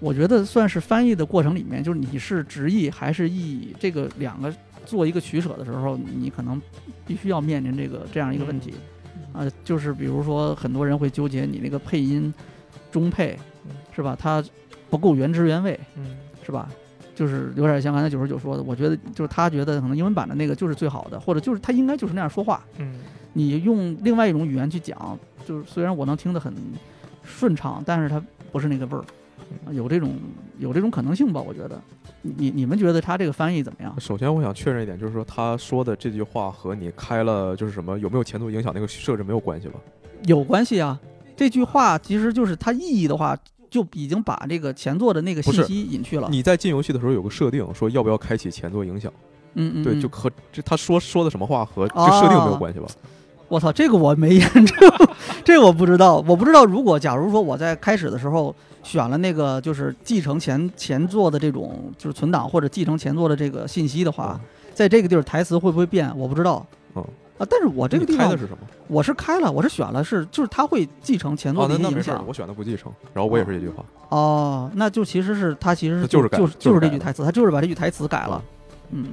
A: 我觉得算是翻译的过程里面，就是你是直译还是译这个两个做一个取舍的时候，你可能必须要面临这个这样一个问题啊，就是比如说很多人会纠结你那个配音中配
C: 嗯
A: 是吧，它不够原汁原味。
C: 嗯
A: 是吧？就是有点像刚才九十九说的，我觉得就是他觉得可能英文版的那个就是最好的，或者就是他应该就是那样说话。
C: 嗯
A: 你用另外一种语言去讲，就是虽然我能听得很顺畅，但是它不是那个味儿，
B: 嗯
A: 啊有这种有这种可能性吧？我觉得，你你你们觉得他这个翻译怎么样？
B: 首先，我想确认一点，就是说他说的这句话和你开了就是什么有没有前途影响那个设置没有关系吧？
A: 有关系啊，这句话其实就是它意义的话，就已经把这个前作的那个
B: 不
A: 信
B: 是
A: 息隐去了。
B: 你在进游戏的时候有个设定，说要不要开启前作影响，
A: 嗯嗯，
B: 对，
A: 嗯哦
B: 就和这他说说的什么话和这设定没有关系吧？
A: 我操，这个我没研究， 这个我不知道，我不知道。如果假如说我在开始的时候选了那个就是继承前前作的这种就是存档或者继承前作的这个信息的话，在这个地儿台词会不会变，我不知道。
B: 嗯
A: 啊，但是我这个地
B: 你开
A: 方
B: 的是什么？
A: 我是开了，我是选了是就是它会继承前作
B: 哦，
A: 的
B: 那
A: 一些
B: 那没
A: 影
B: 事儿，
A: 响啊
B: 我选的不继承，然后我也是这句话，
A: 哦，那就其实是它其实
B: 它就是改
A: 就
B: 就是是
A: 这
B: 改
A: 句
B: 了
A: 台词，它就是把这句台词改了，嗯。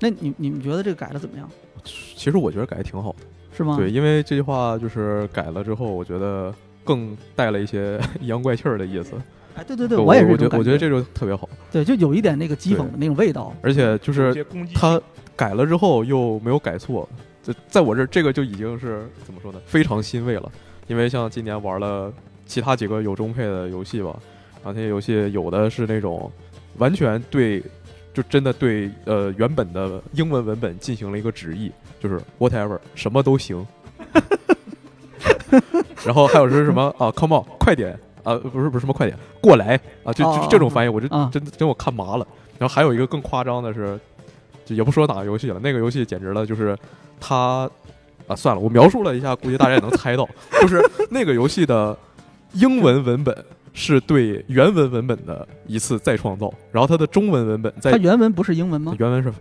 A: 那你你们觉得这个改的怎么样？
B: 其实我觉得改的挺好的，
A: 是吗？
B: 对，因为这句话就是改了之后，我觉得更带了一些 阴阳怪气儿的意思。
A: 哎，对对对，
B: 我
A: 也是这
B: 我觉
A: 种
B: 得
A: 感
B: 我觉得这就特别好，
A: 对，就有一点那个讥讽
B: 对
A: 的那种味道。
B: 而且
C: 有
B: 就是
C: 些攻击
B: 他改了之后又没有改错，就在我这儿这个就已经是怎么说呢，非常欣慰了。因为像今年玩了其他几个有中配的游戏吧，然后那些游戏有的是那种完全对，就真的对呃原本的英文文本进行了一个直译，就是 whatever 什么都行。 然后还有是什么啊，come on 快点啊，不是不是什么快点，过来啊，就
A: 哦
B: 就
A: 哦
B: 这种翻译，我这
A: 啊
B: 真真我看麻了。然后还有一个更夸张的是，就也不说哪个游戏了，那个游戏简直了，就是它啊，算了，我描述了一下，估计大家也能猜到，就是那个游戏的英文文本是对原文文本的一次再创造，然后它的中文文本在
A: 它原文不是英文吗？
B: 原文是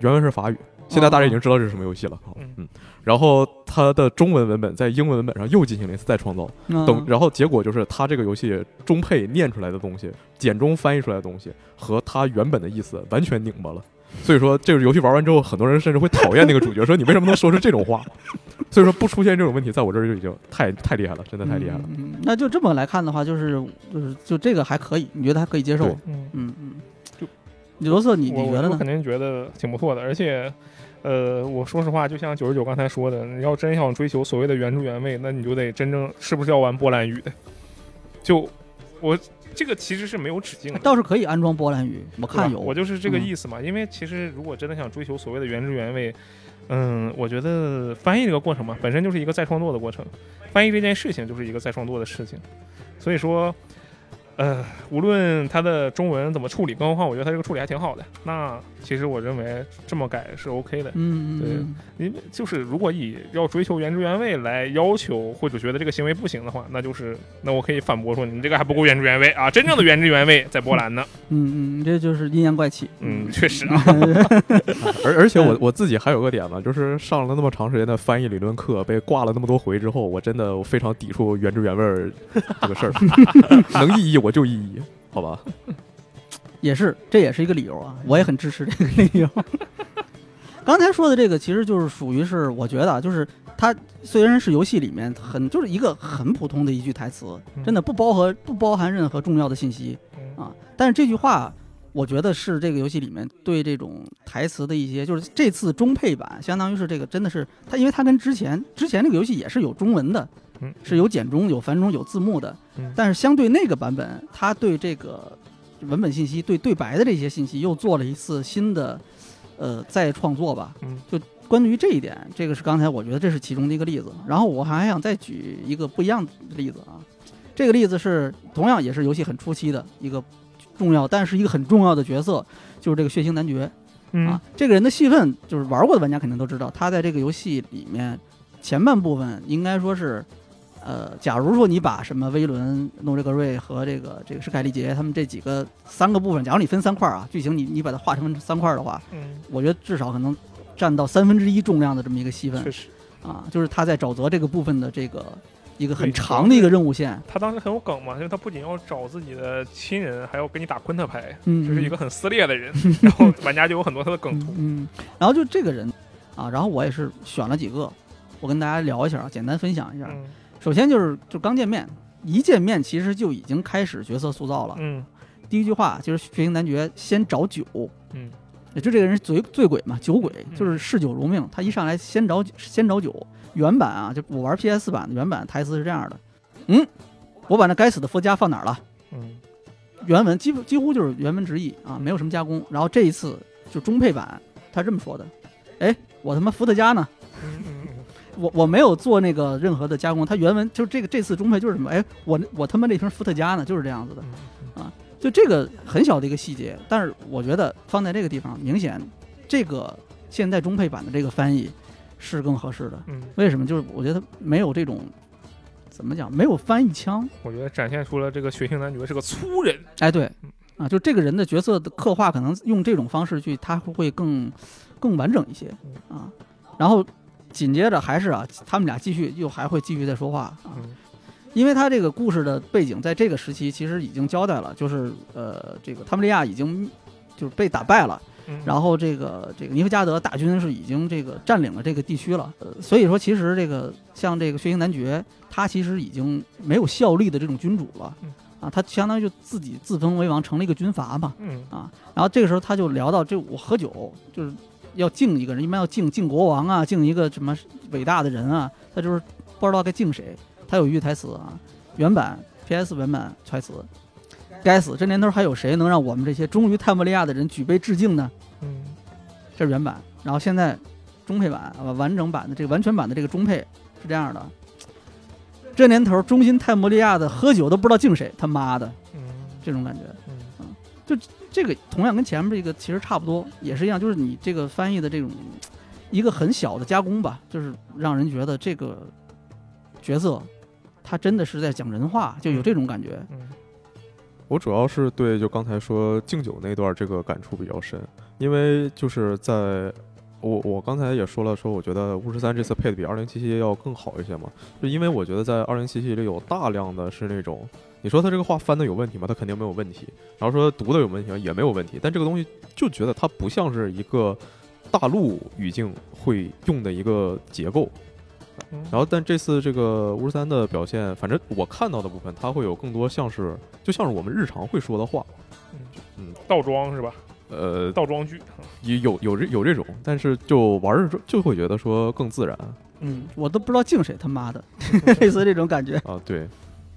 B: 原文是法语，现在大家已经知道这是什么游戏了。
C: 嗯
B: 嗯，然后它的中文文本在英文文本上又进行了一次再创造，
A: 嗯
B: 等然后结果就是它这个游戏中配念出来的东西，简中翻译出来的东西和它原本的意思完全拧巴了。所以说这个游戏玩完之后，很多人甚至会讨厌那个主角，说你为什么能说出这种话？ 所以说不出现这种问题，在我这儿就已经太太厉害了，真的太厉害了。
A: 嗯。嗯那就这么来看的话，就是就是就这个还可以，你觉得还可以接受
B: 对？
C: 嗯，
A: 嗯嗯。
C: 就
A: 罗瑟，你
C: 我
A: 你觉
C: 我
A: 得
C: 我
A: 呢
C: 肯？定觉得挺不错的，而且。呃，我说实话，就像九十九刚才说的，你要真想追求所谓的原汁原味，那你就得真正是不是要玩波兰语 的？就我这个其实是没有止境的，
A: 倒是可以安装波兰语，我
B: 啊
C: 对吧
A: 看有。
C: 我就是这个
A: 嗯
C: 意思嘛。因为其实如果真的想追求所谓的原汁原味，嗯，我觉得翻译这个过程嘛，本身就是一个再创作的过程，翻译这件事情就是一个再创作的事情。所以说，呃，无论它的中文怎么处理，更何况我觉得它这个处理还挺好的。那其实我认为这么改是 OK 的。
A: 嗯嗯
C: 对
A: 嗯，
C: 因为就是如果以要追求原汁原味来要求，或者觉得这个行为不行的话，那就是那我可以反驳说你这个还不够原汁原味啊！真正的原汁原味在波兰呢。
A: 嗯嗯，这就是阴阳怪气。
C: 嗯，确实啊。
B: 而而且我我自己还有个点嘛，就是上了那么长时间的翻译理论课，被挂了那么多回之后，我真的我非常抵触原汁原味儿这个事儿， 能意译我就意译，好吧？
A: 也是，这也是一个理由啊，我也很支持这个理由。刚才说的这个，其实就是属于是，我觉得啊，就是它虽然是游戏里面很就是一个很普通的一句台词，
C: 嗯
A: 真的不包含不包含任何重要的信息
C: 嗯
A: 啊。但是这句话，我觉得是这个游戏里面对这种台词的一些，就是这次中配版，相当于是这个真的是它，因为它跟之前之前这个游戏也是有中文的，
C: 嗯，
A: 是有简中、有繁中、有字幕的
C: 嗯，
A: 但是相对那个版本，它对这个文本信息、对对白的这些信息又做了一次新的呃再创作吧。
C: 嗯，
A: 就关于这一点，这个是刚才我觉得这是其中的一个例子。然后我还想再举一个不一样的例子啊，这个例子是同样也是游戏很初期的一个重要，但是一个很重要的角色，就是这个血腥男爵。
C: 嗯
A: 啊，这个人的戏份就是玩过的玩家肯定都知道，他在这个游戏里面前半部分应该说是，呃，假如说你把什么威伦、诺瑞格瑞和这个这个是盖利杰他们这几个三个部分，假如你分三块儿啊，剧情你你把它划成三块儿的话，
C: 嗯，
A: 我觉得至少可能占到三分之一重量的这么一个戏
C: 确
A: 份
C: 实，
A: 啊，就是他在沼泽这个部分的这个一个很
C: 对主要
A: 长的一个任务线，
C: 他当时很有梗嘛，因为他不仅要找自己的亲人，还要跟你打昆特牌，
A: 嗯，
C: 就是一个很撕裂 的人。然后玩家就有很多他的梗图。
A: 嗯，嗯然后就这个人啊，然后我也是选了几个，我跟大家聊一下，啊，简单分享一下。
C: 嗯
A: 首先就是就刚见面，一见面其实就已经开始角色塑造了。
C: 嗯
A: 第一句话就是血腥男爵先找酒，
C: 嗯，
A: 也就这个人是醉醉鬼嘛，酒鬼
C: 嗯
A: 就是嗜酒如命，他一上来先找先找酒。原版啊，就我玩 PS 版的原版台词是这样的，嗯，我把那该死的佛家放哪儿了？
C: 嗯
A: 啊原文几乎几乎就是原文直译啊，没有什么加工。然后这一次就中配版，他这么说的：“哎，我他妈伏特加呢？
C: 嗯嗯嗯，
A: 我我没有做那个任何的加工。他原文就这个这次中配就是什么？哎，我我他妈那瓶伏特加呢，就是这样子的。
C: 嗯
A: 就这个很小的一个细节，但是我觉得放在这个地方，明显这个现在中配版的这个翻译是更合适的。
C: 嗯，
A: 为什么？就是我觉得没有这种怎么讲，没有翻译腔。
C: 我觉得展现出了这个血腥男爵是个粗人。
A: 哎，对
C: 嗯，
A: 啊，就这个人的角色的刻画，可能用这种方式去，他会更更完整一些啊。然后紧接着还是啊，他们俩继续又还会继续再说话啊，
C: 嗯
A: 因为他这个故事的背景在这个时期其实已经交代了，就是呃，这个他们利亚已经就是被打败了，
C: 嗯
A: 然后这个这个尼夫加德大军是已经这个占领了这个地区了，呃，所以说其实这个像这个血腥男爵，他其实已经没有效力的这种君主了
C: 嗯，
A: 啊，他相当于就自己自封为王，成了一个军阀嘛。啊
C: 嗯
A: 然后这个时候他就聊到这我喝酒就是要敬一个人，一般要敬敬国王啊，敬一个什么伟大的人啊，他就是不知道该敬谁。他有一句台词啊，原版 PS 原版台词，该死，这年头还有谁能让我们这些忠于泰莫利亚的人举杯致敬呢？
C: 嗯
A: 这是原版，然后现在中配版啊完整版的这个完全版的这个中配是这样的。这年头，忠心泰莫利亚的喝酒都不知道敬谁，他妈的
C: 嗯
A: 这种感觉。
C: 嗯
A: 这个同样跟前面这个其实差不多，也是一样，就是你这个翻译的这种一个很小的加工吧，就是让人觉得这个角色他真的是在讲人话，就有这种感觉。
C: 嗯
B: 我主要是对就刚才说敬酒那段这个感触比较深，因为就是在我我刚才也说了，说我觉得巫师三这次配的比二零七七要更好一些嘛，就因为我觉得在二零七七里有大量的是那种，你说他这个话翻的有问题吗？他肯定没有问题，然后说读的有问题吗？也没有问题，但这个东西就觉得它不像是一个大陆语境会用的一个结构，
C: 嗯，
B: 然后，但这次这个巫师三的表现，反正我看到的部分，它会有更多像是，就像是我们日常会说的话，
C: 倒装是吧？
B: 呃，
C: 倒装句，
B: 也有有这有这种，但是就玩儿着就会觉得说更自然
A: 嗯，我都不知道敬谁，他妈的，类似这种感觉。
B: 啊，对，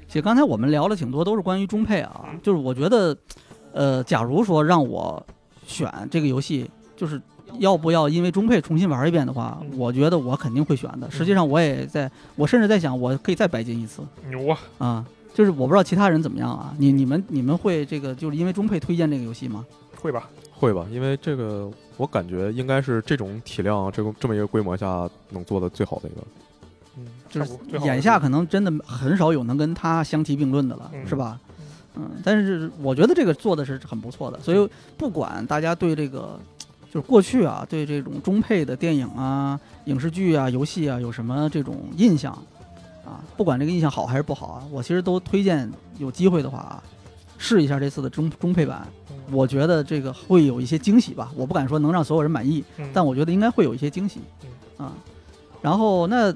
A: 其实刚才我们聊了挺多，都是关于中配啊，就是我觉得，呃，假如说让我选这个游戏，就是要不要因为中配重新玩一遍的话，
C: 嗯我
A: 我觉得我肯定会选的。实际上，我也在，我甚至在想，我可以再白金一次。
C: 牛啊！
A: 啊，就是我不知道其他人怎么样啊，你你们你们会这个就是因为中配推荐这个游戏吗？
C: 会吧？
B: 会吧？因为这个我感觉应该是这种体量、这个这么一个规模下能做的最好的一个。
C: 嗯，
A: 就是
C: 差不多最好
A: 眼下可能真的很少有能跟他相提并论的了，
C: 嗯
A: 是吧？嗯，但是我觉得这个做的是很不错的，所以不管大家对这个就是过去啊，对这种中配的电影啊、影视剧啊、游戏啊有什么这种印象啊，不管这个印象好还是不好啊，我其实都推荐有机会的话啊，试一下这次的中中配版，
C: 嗯
A: 我觉得这个会有一些惊喜吧，我不敢说能让所有人满意，
C: 嗯
A: 但我觉得应该会有一些惊喜
C: 嗯，
A: 啊。然后那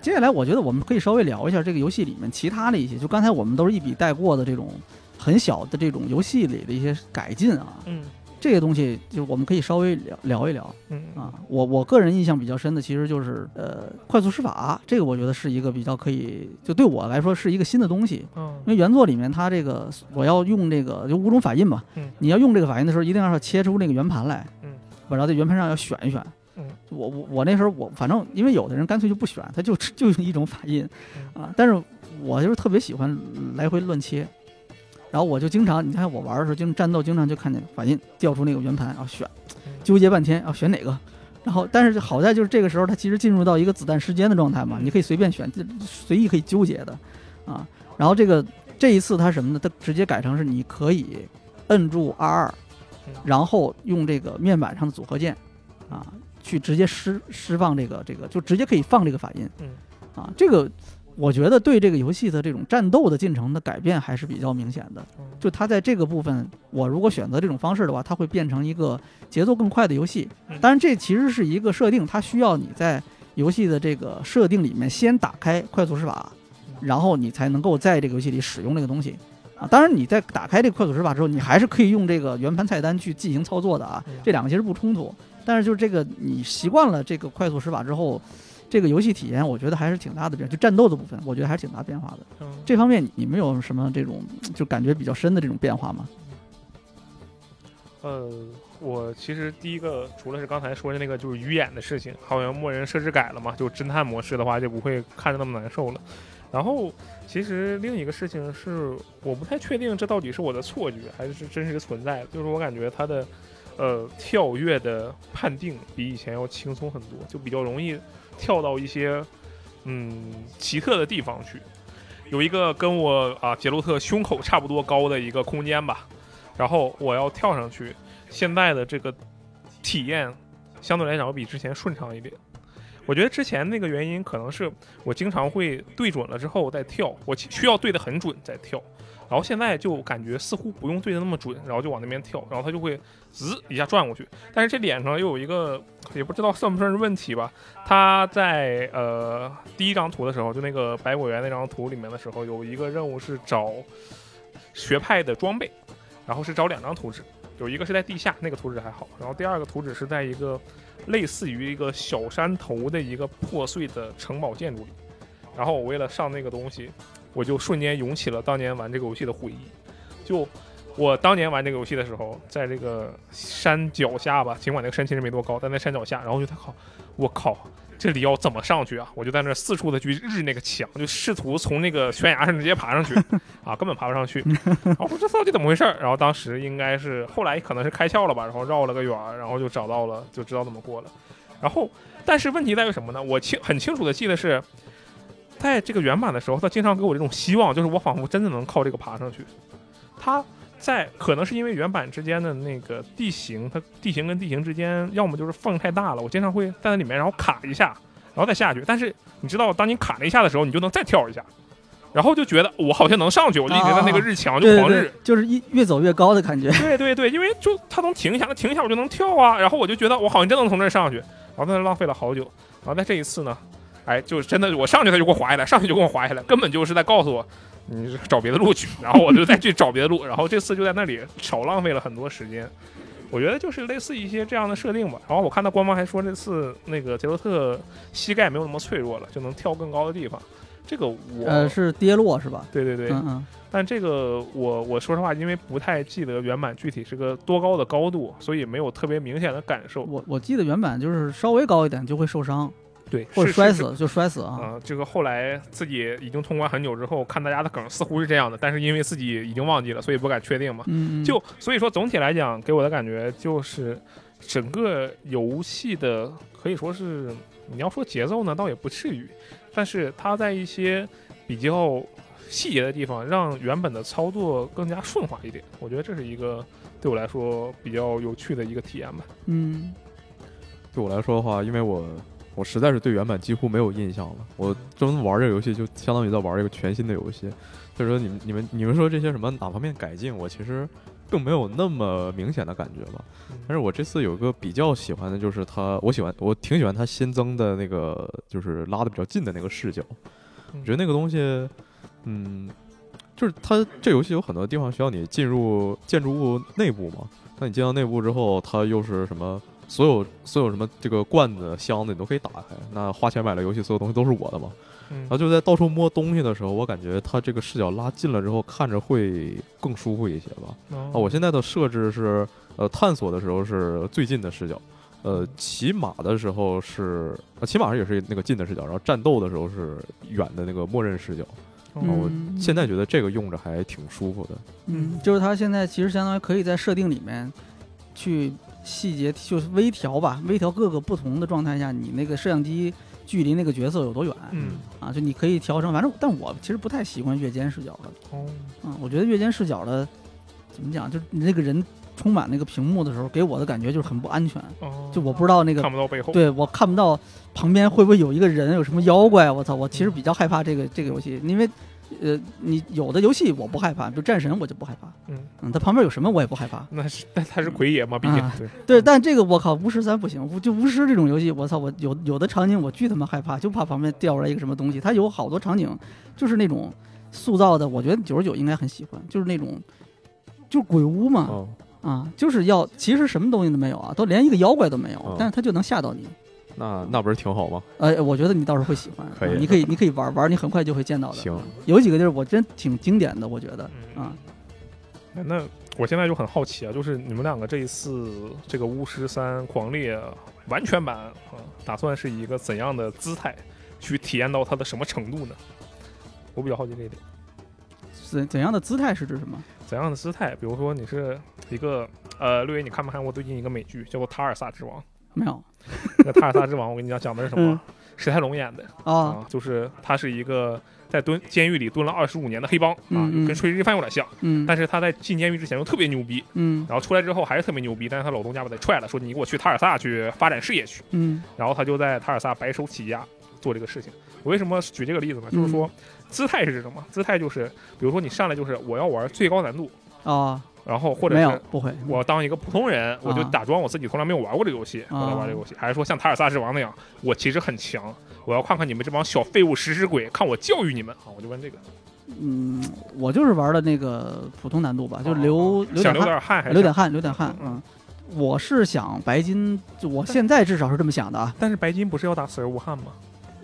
A: 接下来我觉得我们可以稍微聊一下这个游戏里面其他的一些，就刚才我们都是一笔带过的这种很小的这种游戏里的一些改进啊，
C: 嗯
A: 这些东西就我们可以稍微聊聊一聊
C: 嗯
A: 啊。我我个人印象比较深的其实就是呃快速施法，这个我觉得是一个比较可以，就对我来说是一个新的东西，
C: 嗯
A: 因为原作里面它这个我要用这个就五种法印嘛，
C: 嗯
A: 你要用这个法印的时候，一定要切出那个圆盘来，
C: 嗯，
A: 然后在圆盘上要选一选。
C: 嗯，
A: 我我我那时候我反正因为有的人干脆就不选，他就就用一种法印，
C: 嗯
A: 啊，但是我就是特别喜欢来回乱切，然后我就经常你看我玩的时候，经战斗经常就看见法印调出那个圆盘，然后选，
C: 嗯
A: 纠结半天啊选哪个。然后，但是好在就是这个时候，它其实进入到一个子弹时间的状态嘛，
C: 嗯
A: 你可以随便选，随意可以纠结的，啊。然后这个这一次它什么呢？它直接改成是你可以摁住 R 二
C: 嗯，
A: 然后用这个面板上的组合键啊，去直接释释放这个这个，就直接可以放这个法印。
C: 嗯，
A: 啊，这个我觉得对这个游戏的这种战斗的进程的改变还是比较明显的。
C: 嗯
A: 就它在这个部分，我如果选择这种方式的话，它会变成一个节奏更快的游戏
C: 嗯。
A: 当然，这其实是一个设定，它需要你在游戏的这个设定里面先打开快速施法，然后你才能够在这个游戏里使用这个东西。啊，当然你在打开这个快速施法之后，你还是可以用这个圆盘菜单去进行操作的啊
C: 嗯，
A: 这两个其实不冲突。但是就是这个你习惯了这个快速施法之后，这个游戏体验我觉得还是挺大的变，就战斗的部分，我觉得还是挺大变化的。
C: 嗯
A: 这方面你们有什么这种就感觉比较深的这种变化吗？
C: 呃，我其实第一个除了是刚才说的那个就是鱼眼的事情，好像默认设置改了嘛，就侦探模式的话就不会看着那么难受了。然后其实另一个事情是，我不太确定这到底是我的错觉还是真实存在的，就是我感觉它的呃跳跃的判定比以前要轻松很多，就比较容易跳到一些嗯奇特的地方去。有一个跟我啊杰洛特胸口差不多高的一个空间吧，然后我要跳上去，现在的这个体验相对来讲要比之前顺畅一点。我觉得之前那个原因可能是我经常会对准了之后再跳，我需要对得很准再跳，然后现在就感觉似乎不用对的那么准，然后就往那边跳，然后它就会滋一下转过去。但是这脸上又有一个也不知道算不算是问题吧，它在呃第一张图的时候，就那个百果园那张图里面的时候，有一个任务是找学派的装备，然后是找两张图纸，有一个是在地下，那个图纸还好，然后第二个图纸是在一个类似于一个小山头的一个破碎的城堡建筑里。然后我为了上那个东西，我就瞬间涌起了当年玩这个游戏的回忆。就我当年玩这个游戏的时候，在这个山脚下吧，尽管那个山其实没多高，但在山脚下，然后我觉得靠，我靠，这里要怎么上去啊？我就在那儿四处的去日那个墙，就试图从那个悬崖上直接爬上去 啊，根本爬不上去。然后我说哦这到底怎么回事儿？然后当时应该是后来可能是开窍了吧，然后绕了个远儿，然后就找到了，就知道怎么过了。然后，但是问题在于什么呢？我清很清楚的记得是，在这个原版的时候，他经常给我这种希望，就是我仿佛真的能靠这个爬上去。他在可能是因为原版之间的那个地形，它地形跟地形之间，要么就是缝太大了，我经常会站在里面，然后卡一下，然后再下去。但是你知道，当你卡了一下的时候，你就能再跳一下，然后就觉得我好像能上去，我就一直在那个日墙就
A: 对对
C: 狂日。
A: 对，就是一越走越高的感觉。
C: 对对对，因为就它能停一下，它停一下我就能跳啊，然后我就觉得我好像真能从这儿上去，然后在那浪费了好久，然后在这一次呢，哎，就真的我上去它就给我滑下来，上去就给我滑下来，根本就是在告诉我你找别的路去，然后我就再去找别的路，然后这次就在那里少浪费了很多时间。我觉得就是类似一些这样的设定吧。哎然后我看到官方还说这次那个杰洛特膝盖没有那么脆弱了，就能跳更高的地方。这个我、
A: 呃，是跌落是吧？
C: 对对对，
A: 嗯嗯，
C: 但这个我我说实话，因为不太记得原版具体是个多高的高度，所以没有特别明显的感受。
A: 我我记得原版就是稍微高一点就会受伤
C: 对，
A: 或者
C: 是
A: 摔。
C: 是是
A: 死，就摔死啊。
C: 啊、这个后来自己已经通关很久之后，看大家的梗似乎是这样的，但是因为自己已经忘记了，所以不敢确定嘛。
A: 嗯，嗯
C: 就所以说总体来讲，给我的感觉就是整个游戏的可以说是你要说节奏呢，倒也不至于，但是它在一些比较细节的地方，让原本的操作更加顺滑一点。我觉得这是一个对我来说比较有趣的一个体验吧。
A: 嗯，
B: 对我来说的话，因为我我实在是对原版几乎没有印象了，我真玩这个游戏就相当于在玩一个全新的游戏。所以说你们你们你们说这些什么哪方面改进，我其实并没有那么明显的感觉吧。但是我这次有一个比较喜欢的就是它，我喜欢我挺喜欢它新增的那个就是拉的比较近的那个视角，我觉得那个东西，嗯，就是它这游戏有很多地方需要你进入建筑物内部嘛。那你进到内部之后，它又是什么？所有所有什么这个罐子、箱子你都可以打开。那花钱买了游戏，所有东西都是我的嘛。
C: 嗯
B: 然后就在到处摸东西的时候，我感觉它这个视角拉近了之后，看着会更舒服一些吧。
C: 哦
B: 啊，我现在的设置是，呃，探索的时候是最近的视角，呃，骑马的时候是，呃，骑马上也是那个近的视角，然后战斗的时候是远的那个默认视角。
C: 嗯
B: 我
A: 嗯
B: 现在觉得这个用着还挺舒服的。
A: 嗯，就是它现在其实相当于可以在设定里面去细节，就是微调吧，微调各个不同的状态下，你那个摄像机距离那个角色有多远、
C: 嗯
A: 啊？就你可以调成，反正我但我其实不太习惯月间视角的，
C: 哦
A: 嗯，我觉得月间视角的怎么讲，就是你那个人充满那个屏幕的时候，给我的感觉就是很不安全，
C: 哦，
A: 就我不知道那个
C: 看不到背后。
A: 对我看不到旁边会不会有一个人，有什么妖怪？我操！我其实比较害怕这个这个游戏，因为呃，你有的游戏我不害怕，比如战神我就不害怕，
C: 嗯
A: 嗯，它旁边有什么我也不害怕。
C: 那是但他是奎爷嘛，毕竟、嗯
A: 啊
C: 对
A: 对，但这个我靠，巫师三不行，我就巫师这种游戏，我操，我有有的场景我巨他妈害怕，就怕旁边掉出来一个什么东西。它有好多场景就是那种塑造的，我觉得九十九应该很喜欢，就是那种就是鬼屋嘛，
B: 哦，
A: 啊，就是要其实什么东西都没有啊，都连一个妖怪都没有，
B: 哦
A: 但是它就能吓到你。
B: 那那不是挺好吗？
A: 呃，我觉得你倒是会喜欢，
B: 可以
A: 啊你可以，你可以玩玩，你很快就会见到的。
B: 行
A: 啊，有几个地儿我真挺经典的，我觉得
C: 嗯
A: 啊，
C: 那那我现在就很好奇啊，就是你们两个这一次这个《巫师三狂猎》完全版啊、打算是以一个怎样的姿态去体验到它的什么程度呢？我比较好奇这一点，
A: 怎怎样的姿态是指什么？
C: 怎样的姿态？比如说你是一个呃，六爷，你看没看过最近一个美剧叫做《塔尔萨之王》？
A: 没有
C: 那《塔尔萨之王》，我跟你讲讲的是什
A: 嗯
C: 么？史泰龙演的
A: 啊，
C: 啊，就是他是一个在蹲监狱里蹲了二十五年的黑帮啊，
A: 嗯嗯
C: 就跟炊事饭有点像，
A: 嗯
C: 但是他在进监狱之前又特别牛逼，
A: 嗯
C: 然后出来之后还是特别牛逼，但是她老东家把她踹了，说你给我去塔尔萨去发展事业去。
A: 嗯嗯
C: 然后她就在塔尔萨白手起家做这个事情。我为什么举这个例子呢？就是说，姿态是什么？姿态就是，比如说你上来就是我要玩最高难度，
A: 啊，
C: 然后或者
A: 没有
C: 是
A: 不会，
C: 我要当一个普通人，我就
A: 啊
C: 假装我自己从来没有玩过这个游戏，我来玩这个游戏，还是说像塔尔萨之王那样，我其实很强，我要看看你们这帮小废物食尸鬼，看我教育你们啊！我就问这个，
A: 嗯，我就是玩的那个普通难度吧，就流流
C: 哦想
A: 点汗，
C: 流点汗还是
A: 流点汗，流点汗，
C: 嗯
A: 嗯。我是想白金，就我现在至少是这么想的啊。
C: 但是白金不是要打死而无憾吗？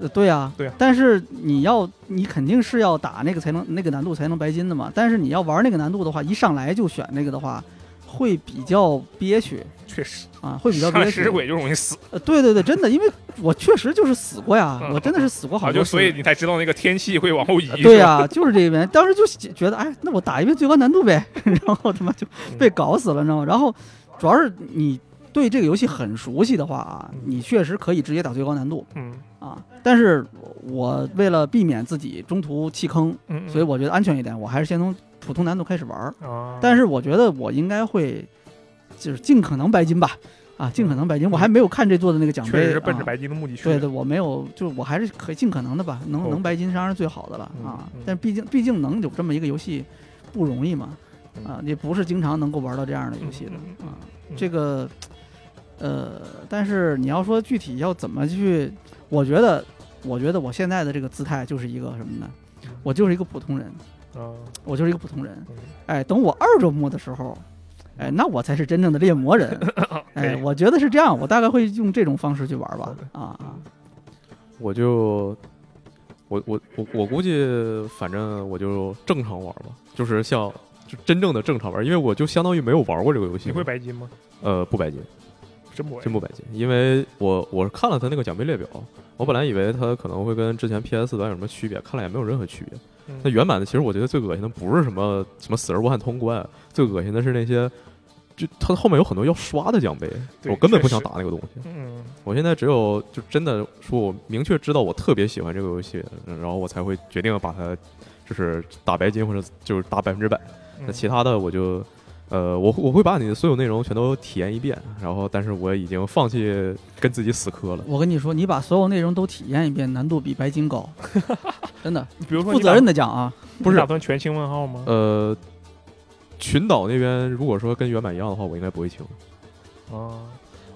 A: 呃对啊，
C: 对啊
A: 但是你要，你肯定是要打那个才能那个难度才能白金的嘛。但是你要玩那个难度的话，一上来就选那个的话，会比较憋屈
C: 确实，
A: 啊，会比较
C: 上来
A: 憋
C: 食尸
A: 屈。
C: 鬼就容易死
A: 呃，对对对，真的，因为我确实就是死过呀，
C: 嗯
A: 我真的是死过好
C: 啊！
A: 多
C: 就
A: 次。
C: 所以你才知道那个天气会往后移。
A: 对啊
C: 是吧
A: 呀、就是这边，当时就觉得，哎，那我打一遍最高难度呗， 然后他妈就
C: 嗯
A: 被搞死了，你知道吗？然后主要是你对这个游戏很熟悉的话啊
C: 嗯，
A: 你确实可以直接打最高难度
C: 嗯
A: 啊。但是我为了避免自己中途弃坑，
C: 嗯，嗯
A: 所以我觉得安全一点，我还是先从普通难度开始玩儿。
C: 啊，
A: 但是我觉得我应该会，就是尽可能白金吧，啊，尽可能白金。我还没有看这座的那个奖
C: 确
A: 杯，
C: 实是奔着
A: 啊
C: 白金的目的去的。
A: 对对，我没有，就我还是可以尽可能的吧，能
C: 哦
A: 能白金当然是最好的了
C: 嗯
A: 啊
C: 嗯。
A: 但毕竟毕竟能有这么一个游戏不容易嘛，
C: 嗯
A: 啊，也不是经常能够玩到这样的游戏的
C: 嗯嗯嗯
A: 啊
C: 嗯。
A: 这个，呃，但是你要说具体要怎么去，我觉得，我觉得我现在的这个姿态就是一个什么呢？我就是一个普通人，
C: 啊，
A: 我就是一个普通人
C: 嗯。
A: 哎，等我二周末的时候，哎，那我才是真正的猎魔 人。哎，
C: 哦可以
A: 我觉得是这样，我大概会用这种方式去玩吧。啊啊。
B: 我就我我我我估计，反正我就正常玩吧，就是像就真正的正常玩，因为我就相当于没有玩过这个游戏
C: 你。会白金吗？
B: 呃，不白金，
C: 真不会
B: 真不白金，因为我我是看了他那个奖杯列表，我本来以为它可能会跟之前 PS 版有什么区别，看了也没有任何区别。
C: 嗯
B: 那原版的其实我觉得最恶心的不是什么什么死而无憾通关，最恶心的是那些。就它后面有很多要刷的奖杯，
C: 对
B: 我根本不
C: 确
B: 想
C: 实
B: 打那个东西。
C: 嗯，
B: 我现在只有就真的说，我明确知道我特别喜欢这个游戏，嗯然后我才会决定把它就是打白金或者就是打百分之百。那
C: 嗯
B: 其他的我就，呃，我我会把你的所有内容全都体验一遍，然后但是我已经放弃跟自己死磕了。
A: 我跟你说，你把所有内容都体验一遍，难度比白金 高，真的，
C: 比如说
A: 负责任的
C: 的
A: 讲啊，
B: 不是
C: 打算全清问号吗？
B: 呃，群岛那边如果说跟原版一样的话，我应该不会清。
C: 啊，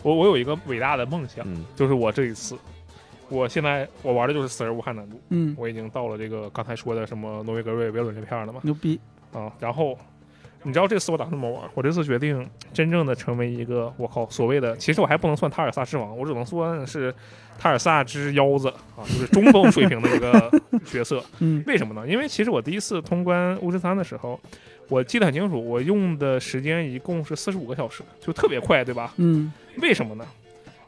C: 我我有一个伟大的梦想，
B: 呃嗯，
C: 就是我这一次，我现在我玩的就是死而无憾难度，
A: 嗯，
C: 我已经到了这个刚才说的什么挪威格瑞、维伦这片儿了嘛
A: 牛逼，
C: 啊，然后。你知道这次我打算怎么玩？我这次决定真正的成为一个我靠所谓的，其实我还不能算塔尔萨之王，我只能算是塔尔萨之腰子啊，就是中锋水平的一个角色。
A: 嗯
C: 为什么呢？因为其实我第一次通关巫师三的时候，我记得很清楚，我用的时间一共是四十五个小时，就特别快，对吧？
A: 嗯
C: 为什么呢？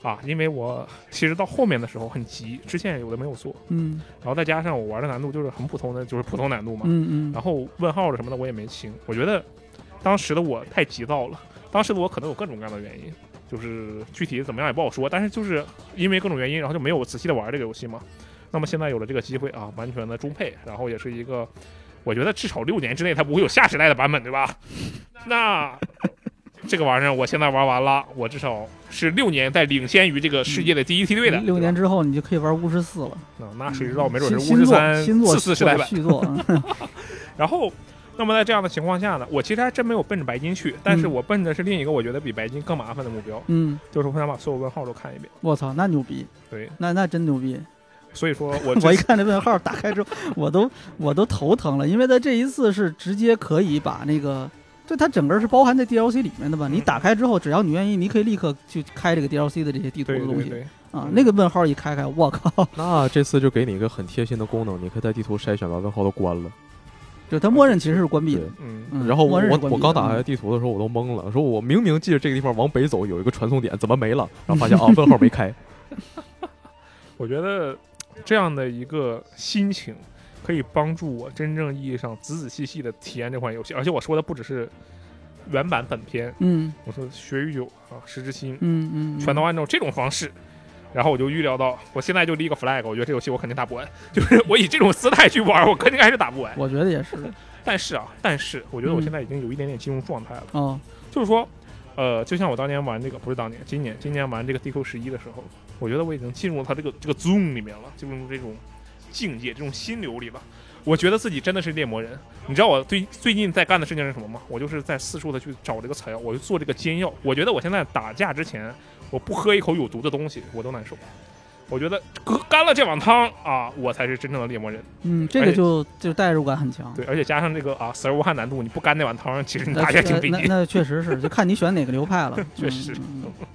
C: 啊，因为我其实到后面的时候很急，支线有的没有做，
A: 嗯
C: 然后再加上我玩的难度就是很普通的，就是普通难度嘛，
A: 嗯嗯
C: 然后问号的什么的我也没清。我觉得当时的我太急躁了，当时的我可能有各种各样的原因，就是具体怎么样也不好说，但是就是因为各种原因，然后就没有仔细的玩这个游戏嘛。那么现在有了这个机会啊，完全的中配，然后也是一个，我觉得至少六年之内它不会有下时代的版本，对吧？那这个玩意儿我现在玩完了，我至少是六年在领先于这个世界的第一梯队的。
A: 嗯，六
C: 对吧
A: 年之后你就可以玩巫师四了，
C: 啊，那谁知道？没准
A: 新
C: 是
A: 新
C: 巫师
A: 作
C: 三
A: 新
C: 四
A: 作
C: 次时
A: 出来
C: 代版。
A: 续作，嗯
C: 然后，那么在这样的情况下呢，我其实还真没有奔着白金去，但是
A: 嗯
C: 我奔的是另一个我觉得比白金更麻烦的目标，
A: 嗯，
C: 就是我想把所有问号都看一遍。
A: 我操，那牛逼，
C: 对，
A: 那那真牛逼，
C: 所以说 我
A: 我
C: 这
A: 一看这问号打开之后，我都我都头疼了，因为他这一次是直接可以把那个。就它整个是包含在 DLC 里面的吧？你
C: 嗯
A: 打开之后，只要你愿意，你可以立刻去开这个 DLC 的这些地图
C: 对
A: 的东
C: 对
A: 西
C: 对，
A: 啊
C: 嗯。
A: 那个问号一开开，我靠，
B: 那这次就给你一个很贴心的功能，你可以在地图筛选把问号都关了。
A: 就它默认其实是关闭的
B: 对。
C: 嗯，
A: 嗯
B: 然后我
A: 默认是
B: 我
A: 关
B: 我
A: 闭
B: 刚
A: 的
B: 打开
A: 嗯
B: 地图的时候，我都懵了，说我明明记着这个地方往北走有一个传送点，怎么没了？然后 发现啊，问号没开。
C: 我觉得这样的一个心情可以帮助我真正意义上仔仔细细的体验这款游戏，而且我说的不只是原版本片，
A: 嗯
C: 我说学与久啊，时之心，
A: 嗯嗯，嗯
C: 全都按照这种方式。然后我就预料到，我现在就立个 flag，我觉得这游戏我肯定打不完， 就是我以这种姿态去玩，我肯定还是打不完。
A: 我觉得也 是
C: 但是啊，但是我觉得我
A: 嗯
C: 现在已经有一点点进入状态了，
A: 哦，
C: 就是说，呃，就像我当年玩这个，不是当年，今年，今年玩这个 DQ 十一的时候，我觉得我已经进入它这个这个 Zoom 里面了，进入这种境界、这种心流里了。我觉得自己真的是猎魔人。你知道我最最近在干的事情是什么吗？我就是在四处的去找这个草药，我就做这个煎药。我觉得我现在打架之前，我不喝一口有毒的东西，我都难受。我觉得喝干了这碗汤啊，我才是真正的猎魔人。
A: 嗯，这
C: 而
A: 个
C: 且
A: 就就代入感很强。
C: 哎对，而且加上这个啊死而无憾难度，你不干那碗汤，其实你
A: 那
C: 打起来挺费
A: 那
C: 劲。
A: 那确实是，就看你选哪个流派了。
C: 确实
A: 嗯嗯嗯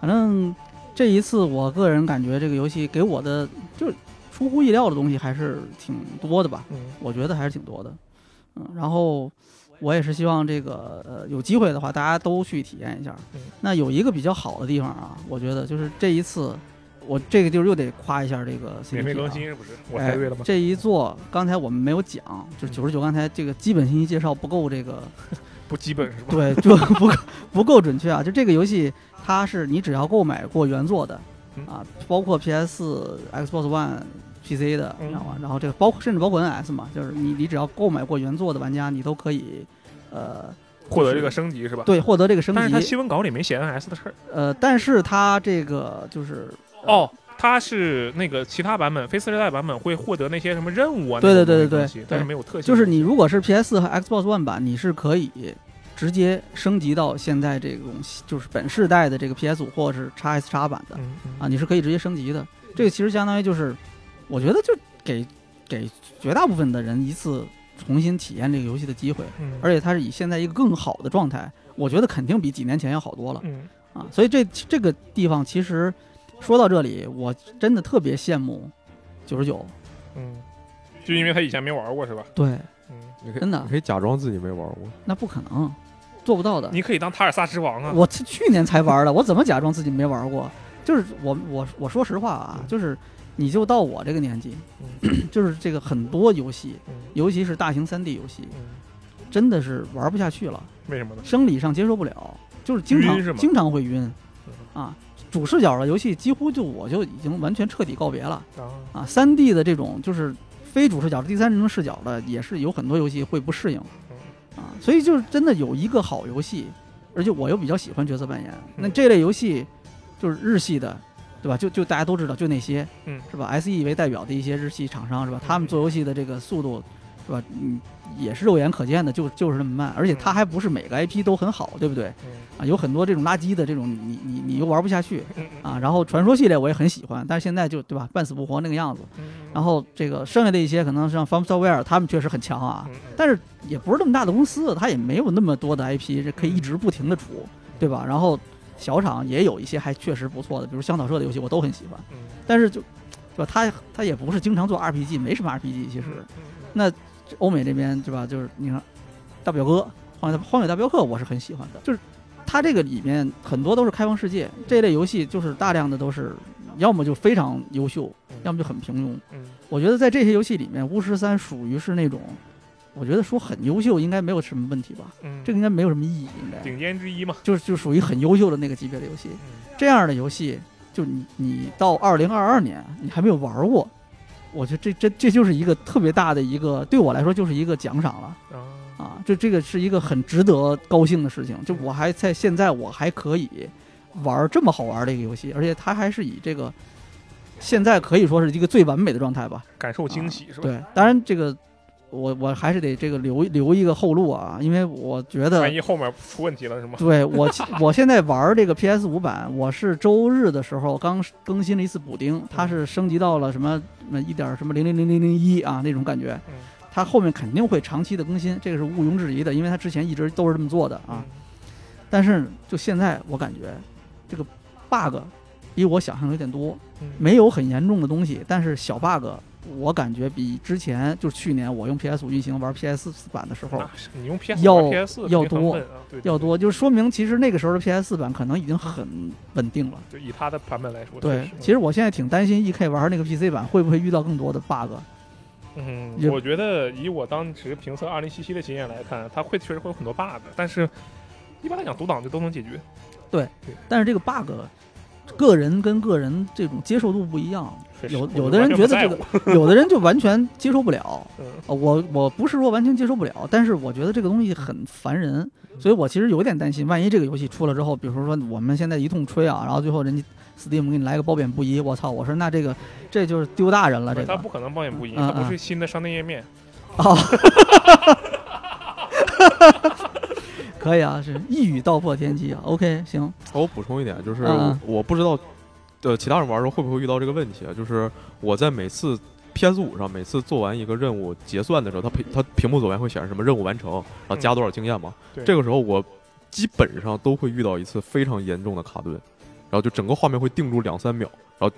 A: 反正这一次，我个人感觉这个游戏给我的就是出乎意料的东西还是挺多的吧，
C: 嗯
A: 我觉得还是挺多的。嗯，然后我也是希望这个呃有机会的话，大家都去体验一下
C: 嗯。
A: 那有一个比较好的地方啊，我觉得就是这一次，我这个就是又得夸一下这个 CDP
C: 免费更
A: 啊
C: 新是不是？我猜对
A: 哎
C: 了吗？嗯
A: 这一座刚才我们没有讲，就是九十九刚才这个基本信息介绍不够，这个
C: 不基本是 吧？
A: 对就不够不够准确啊。就这个游戏，它是你只要购买过原作的
C: 嗯
A: 啊，包括 PS、Xbox One、PC 的，
C: 嗯
A: 然后然后这个包括甚至包括 NS 嘛，就是你你只要购买过原作的玩家，你都可以呃
C: 获得这个升级是吧？。
A: 对获得这个升
C: 但是他
A: 级。
C: 新闻稿里没写 NS 的事儿。
A: 呃，但是它这个就是呃
C: 哦，它是那个其他版本，非次世代版本会获得那些什么任务啊？
A: 对
C: 那种
A: 对对
C: 东
A: 对
C: 西
A: 对
C: 但是没有特性。
A: 就是你如果是 PS 和 Xbox One 版，你是可以直接升级到现在这种就是本世代的这个 PS 五或者是 x S x 版的
C: 嗯嗯
A: 啊，你是可以直接升级的。这个其实相当于就是，我觉得就给给绝大部分的人一次重新体验这个游戏的机会，
C: 嗯
A: 而且它是以现在一个更好的状态，我觉得肯定比几年前要好多了
C: 嗯
A: 啊。所以这这个地方其实说到这里，我真的特别羡慕九十九，
C: 嗯，就因为他以前没玩过是吧？
A: 对，
C: 嗯，
B: 你可以
A: 真的
B: 你可以假装自己没玩过。
A: 那不可能，做不到的。
C: 你可以当塔尔萨之王啊。
A: 啊我去去年才玩的，我怎么假装自己没玩过？就是我我我说实话啊，
C: 嗯
A: 就是你就到我这个年纪，就是这个很多游戏，
C: 嗯
A: 尤其是大型 3D 游戏，
C: 嗯，
A: 真的是玩不下去了，
C: 为什么呢？
A: 生理上接受不了，就是经常
C: 晕是吗
A: 经常会晕
C: 嗯
A: 啊。主视角的游戏几乎就我就已经完全彻底告别了
C: 啊，
A: 啊。3D 的这种就是非主视角、第三人称视角的，也是有很多游戏会不适应。
C: 嗯
A: 啊，所以就是真的有一个好游戏，而且我又比较喜欢角色扮演。
C: 嗯
A: 那这类游戏就是日系的，对吧？就就大家都知道，就那些，
C: 嗯
A: 是吧？S E 为代表的一些日系厂商，是吧？他们做游戏的这个速度，是吧？嗯，也是肉眼可见的，就就是那么慢。而且它还不是每个 IP 都很好，对不对？
C: 嗯
A: 啊，有很多这种垃圾的这种，你你你又玩不下去
C: 嗯嗯
A: 啊。然后传说系列我也很喜欢，但是现在就对吧，半死不活那个样子。
C: 嗯，
A: 然后这个剩下的一些可能像 From Software，他们确实很强啊，
C: 嗯嗯
A: 但是也不是那么大的公司，它也没有那么多的 IP，这可以一直不停的出，对吧？然后小厂也有一些还确实不错的，比如香草社的游戏我都很喜欢，
C: 嗯
A: 但是就，对吧？它它也不是经常做 RPG，没什么 RPG 其实。
C: 嗯嗯
A: 欧美这边对吧？就是你看大表哥荒野大荒野大镖客，我是很喜欢的，就是它这个里面很多都是开放世界这类游戏，就是大量的都是要么就非常优秀，
C: 嗯
A: 要么就很平庸。
C: 嗯
A: 我觉得在这些游戏里面，巫师三属于是那种，我觉得说很优秀应该没有什么问题吧，
C: 嗯，
A: 这个应该没有什么意义，应该
C: 顶尖之一嘛。
A: 就是就属于很优秀的那个级别的游戏。
C: 嗯
A: 这样的游戏，就你你到二零二二年你还没有玩过，我觉得这这这就是一个特别大的一个对我来说就是一个奖赏了
C: 啊，
A: 啊！这这个是一个很值得高兴的事情，就我还在现在我还可以玩这么好玩的一个游戏，而且它还是以这个现在可以说是一个最完美的状态吧。
C: 感受惊喜是
A: 啊
C: 吧？
A: 对，当然这个我我还是得这个留留一个后路啊，因为我觉得
C: 万一后面出问题了是吗？
A: 对我我现在玩这个 PS 五版，我是周日的时候刚更新了一次补丁，它是升级到了什么什么一点什么零零零零零一啊那种感觉
C: 嗯，
A: 它后面肯定会长期的更新，这个是毋庸置疑的，因为它之前一直都是这么做的
C: 嗯
A: 啊。但是就现在我感觉这个 bug 比我想象有点多，
C: 嗯，嗯
A: 没有很严重的东西，但是小 bug 我感觉比之前就是去年我用 PS 五运行玩 PS 四版的时候
C: 那是你用 PS
A: 要
C: PS
A: 要多
C: 啊对对
A: 要
C: 对
A: 多，就是说明其实那个时候的 PS 四版可能已经很稳定了。
C: 就以它的版本来说，
A: 对，其
C: 确
A: 实
C: 实
A: 我现在挺担心 EK 玩那个 PC 版会不会遇到更多的 bug。
C: 嗯，
A: 也
C: 嗯我觉得以我当时评测二零七七的经验来看，它会确实会有很多 bug，但是一般来讲读档就都能解决。
A: 但是这个 bug 个人跟个人这种接受度不一样，
C: 是
A: 有
C: 是
A: 有
C: 我
A: 的
C: 完
A: 人
C: 全
A: 觉得
C: 不在
A: 这 个，有的人就完全接受不了。
C: 嗯
A: 呃我我不是说完全接受不了，但是我觉得这个东西很烦
C: 嗯
A: 人，所以我其实有点担心，万一这个游戏出了之后，比如说我们现在一通吹啊，然后最后人家 Steam 给你来个褒贬不一，我操！我说那这个这就是丢大人了，啊这
C: 不是它
A: 个
C: 不可能褒贬不一，
A: 嗯
C: 它
A: 嗯
C: 不是新的商店页面，
A: 可以啊，是一语道破天机啊。OK，行，
B: 哦我补充一点，就是
A: 嗯嗯
B: 我不知道，呃，其他人玩的时候会不会遇到这个问题啊？就是我在每次 PS 五上每次做完一个任务结算的时候，它屏它屏幕左边会显示什么任务完成，然后加多少经验嘛？
C: 对
B: 这个时候我基本上都会遇到一次非常严重的卡顿，然后就整个画面会定住两三秒，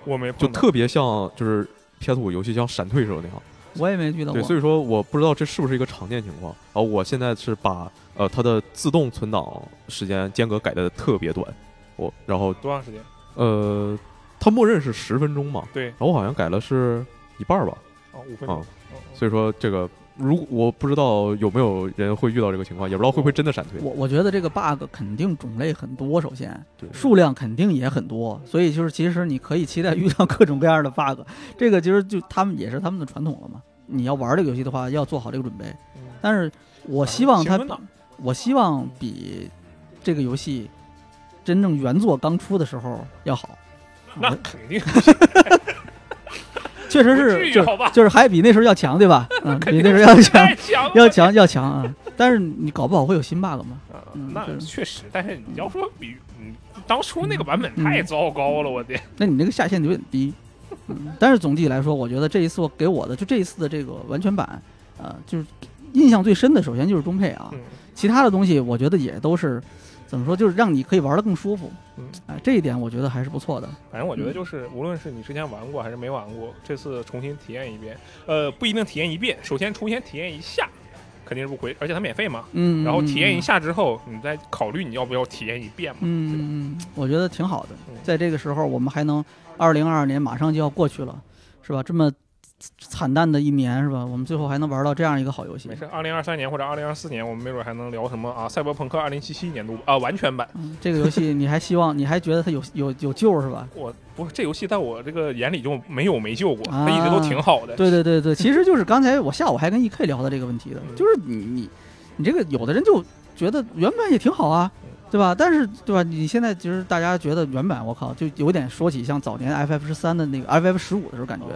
C: 我没碰
B: 就
C: 到
B: 特别像就是 PS 五游戏像闪退时候那样。
A: 我也没遇到过
B: 对，。所以说我不知道这是不是一个常见情况。然后我现在是把呃它的自动存档时间间隔改的特别短，我然后
C: 多长时间？
B: 呃，它默认是十分钟嘛，
C: 对
B: 然后我好像改了是一半儿吧，
C: 哦，五分
B: 啊、
C: 钟。哦
B: 所以说这个如果我不知道有没有人会遇到这个情况，也不知道会不会真的闪退。
A: 我我觉得这个 bug 肯定种类很多，首先
B: 对
A: 数量肯定也很多，所以就是其实你可以期待遇到各种各样的 bug，这个其实就他们也是他们的传统了嘛。你要玩这个游戏的话，要做好这个准备。
C: 嗯
A: 但是我希望
C: 啊
A: 它
C: 新闻呢，
A: 我希望比这个游戏真正原作刚出的时候要好。
C: 那
A: 我
C: 肯定
A: 确实
C: 不至
A: 是，
C: 于
A: 就是
C: 好吧
A: 就是还比那时候要 强，对吧？嗯，比
C: 肯定
A: 那时候要
C: 是太
A: 强，
C: 强了
A: 要强要强啊！但是你搞不好会有新 bug 嘛？
C: 啊
A: 嗯
C: 那
A: 对
C: 确实，但是你要说比嗯当初那个版
A: 嗯
C: 本太糟糕了，我的
A: 那你那个下限有点低。嗯，但是总体来说，我觉得这一次我给我的就这一次的这个完全版，呃，就是印象最深的，首先就是中配啊，
C: 嗯
A: 其他的东西我觉得也都是怎么说，就是让你可以玩的更舒服。
C: 嗯，
A: 哎、这一点我觉得还是不错的。
C: 反正我觉
A: 嗯
C: 得就是，无论是你之前玩过还是没玩过，这次重新体验一遍，呃，不一定体验一遍，首先重新体验一下，肯定是不亏，而且它免费嘛。
A: 嗯，
C: 然后体验一下之后，你再考虑你要不要体验一遍嘛。
A: 嗯，嗯，我觉得挺好的
C: 嗯。
A: 在这个时候，我们还能，二零二二年马上就要过去了，是吧？这么惨淡的一年，是吧？我们最后还能玩到这样一个好游戏
C: 没，事，二零二三年或者二零二四年，我们没准还能聊什么啊？赛博朋克二零七七年度啊，完全版。
A: 嗯，这个游戏你还希望，你还觉得它有有有救是吧？
C: 我不是这游戏，在我这个眼里就没有没救过，
A: 啊
C: 它一直都挺好的。
A: 对对对对，其实就是刚才我下午还跟 E K 聊到这个问题的，
C: 嗯
A: 就是你你你这个有的人就觉得原版也挺好啊，对吧？但是对吧？你现在其实大家觉得原版，我靠，就有点说起像早年 F F 十三的那个 F F 十五的时候感觉，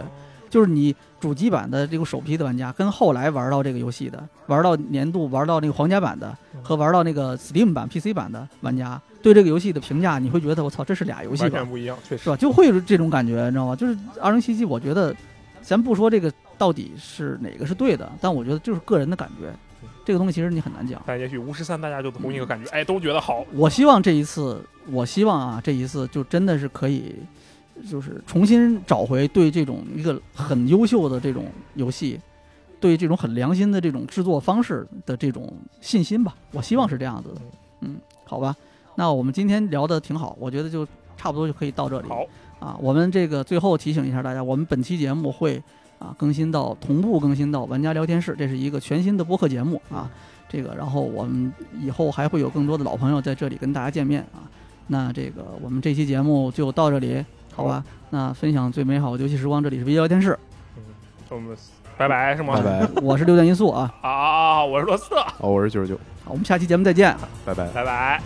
A: 就是你主机版的这个首批的玩家，跟后来玩到这个游戏的，玩到年度、玩到那个皇家版的
C: 嗯
A: 和玩到那个 Steam 版、PC 版的玩家，对这个游戏的评价，你会觉得我操，这是俩游戏
C: 完
A: 吧
C: 全？不一样，确
A: 是
C: 实
A: 吧？就会有这种感觉，你知道吗？就是二零七七，我觉得，咱不说这个到底是哪个是对的，但我觉得就是个人的感觉，这个东西其实你很难讲。
C: 但也许巫师三大家就同一个感觉，哎，都觉得好。
A: 我希望这一次，我希望啊，这一次就真的是可以，就是重新找回对这种一个很优秀的这种游戏，对这种很良心的这种制作方式的这种信心吧。我希望是这样子的。嗯，好吧，那我们今天聊的挺好，我觉得就差不多就可以到这里。
C: 好，
A: 啊，我们这个最后提醒一下大家，我们本期节目会啊更新到同步更新到玩家聊天室，这是一个全新的播客节目啊。这个，然后我们以后还会有更多的老朋友在这里跟大家见面啊。那这个我们这期节目就到这里，好吧？那分享最美好的游戏时光，这里是 V 聊天室，
C: 我们拜拜是吗？
B: 拜拜
A: 我是六段音速啊，
C: 啊，我是罗斯特，
B: 哦，我是九十九，
A: 好我们下期节目再见。啊
B: 拜拜。
C: 拜拜。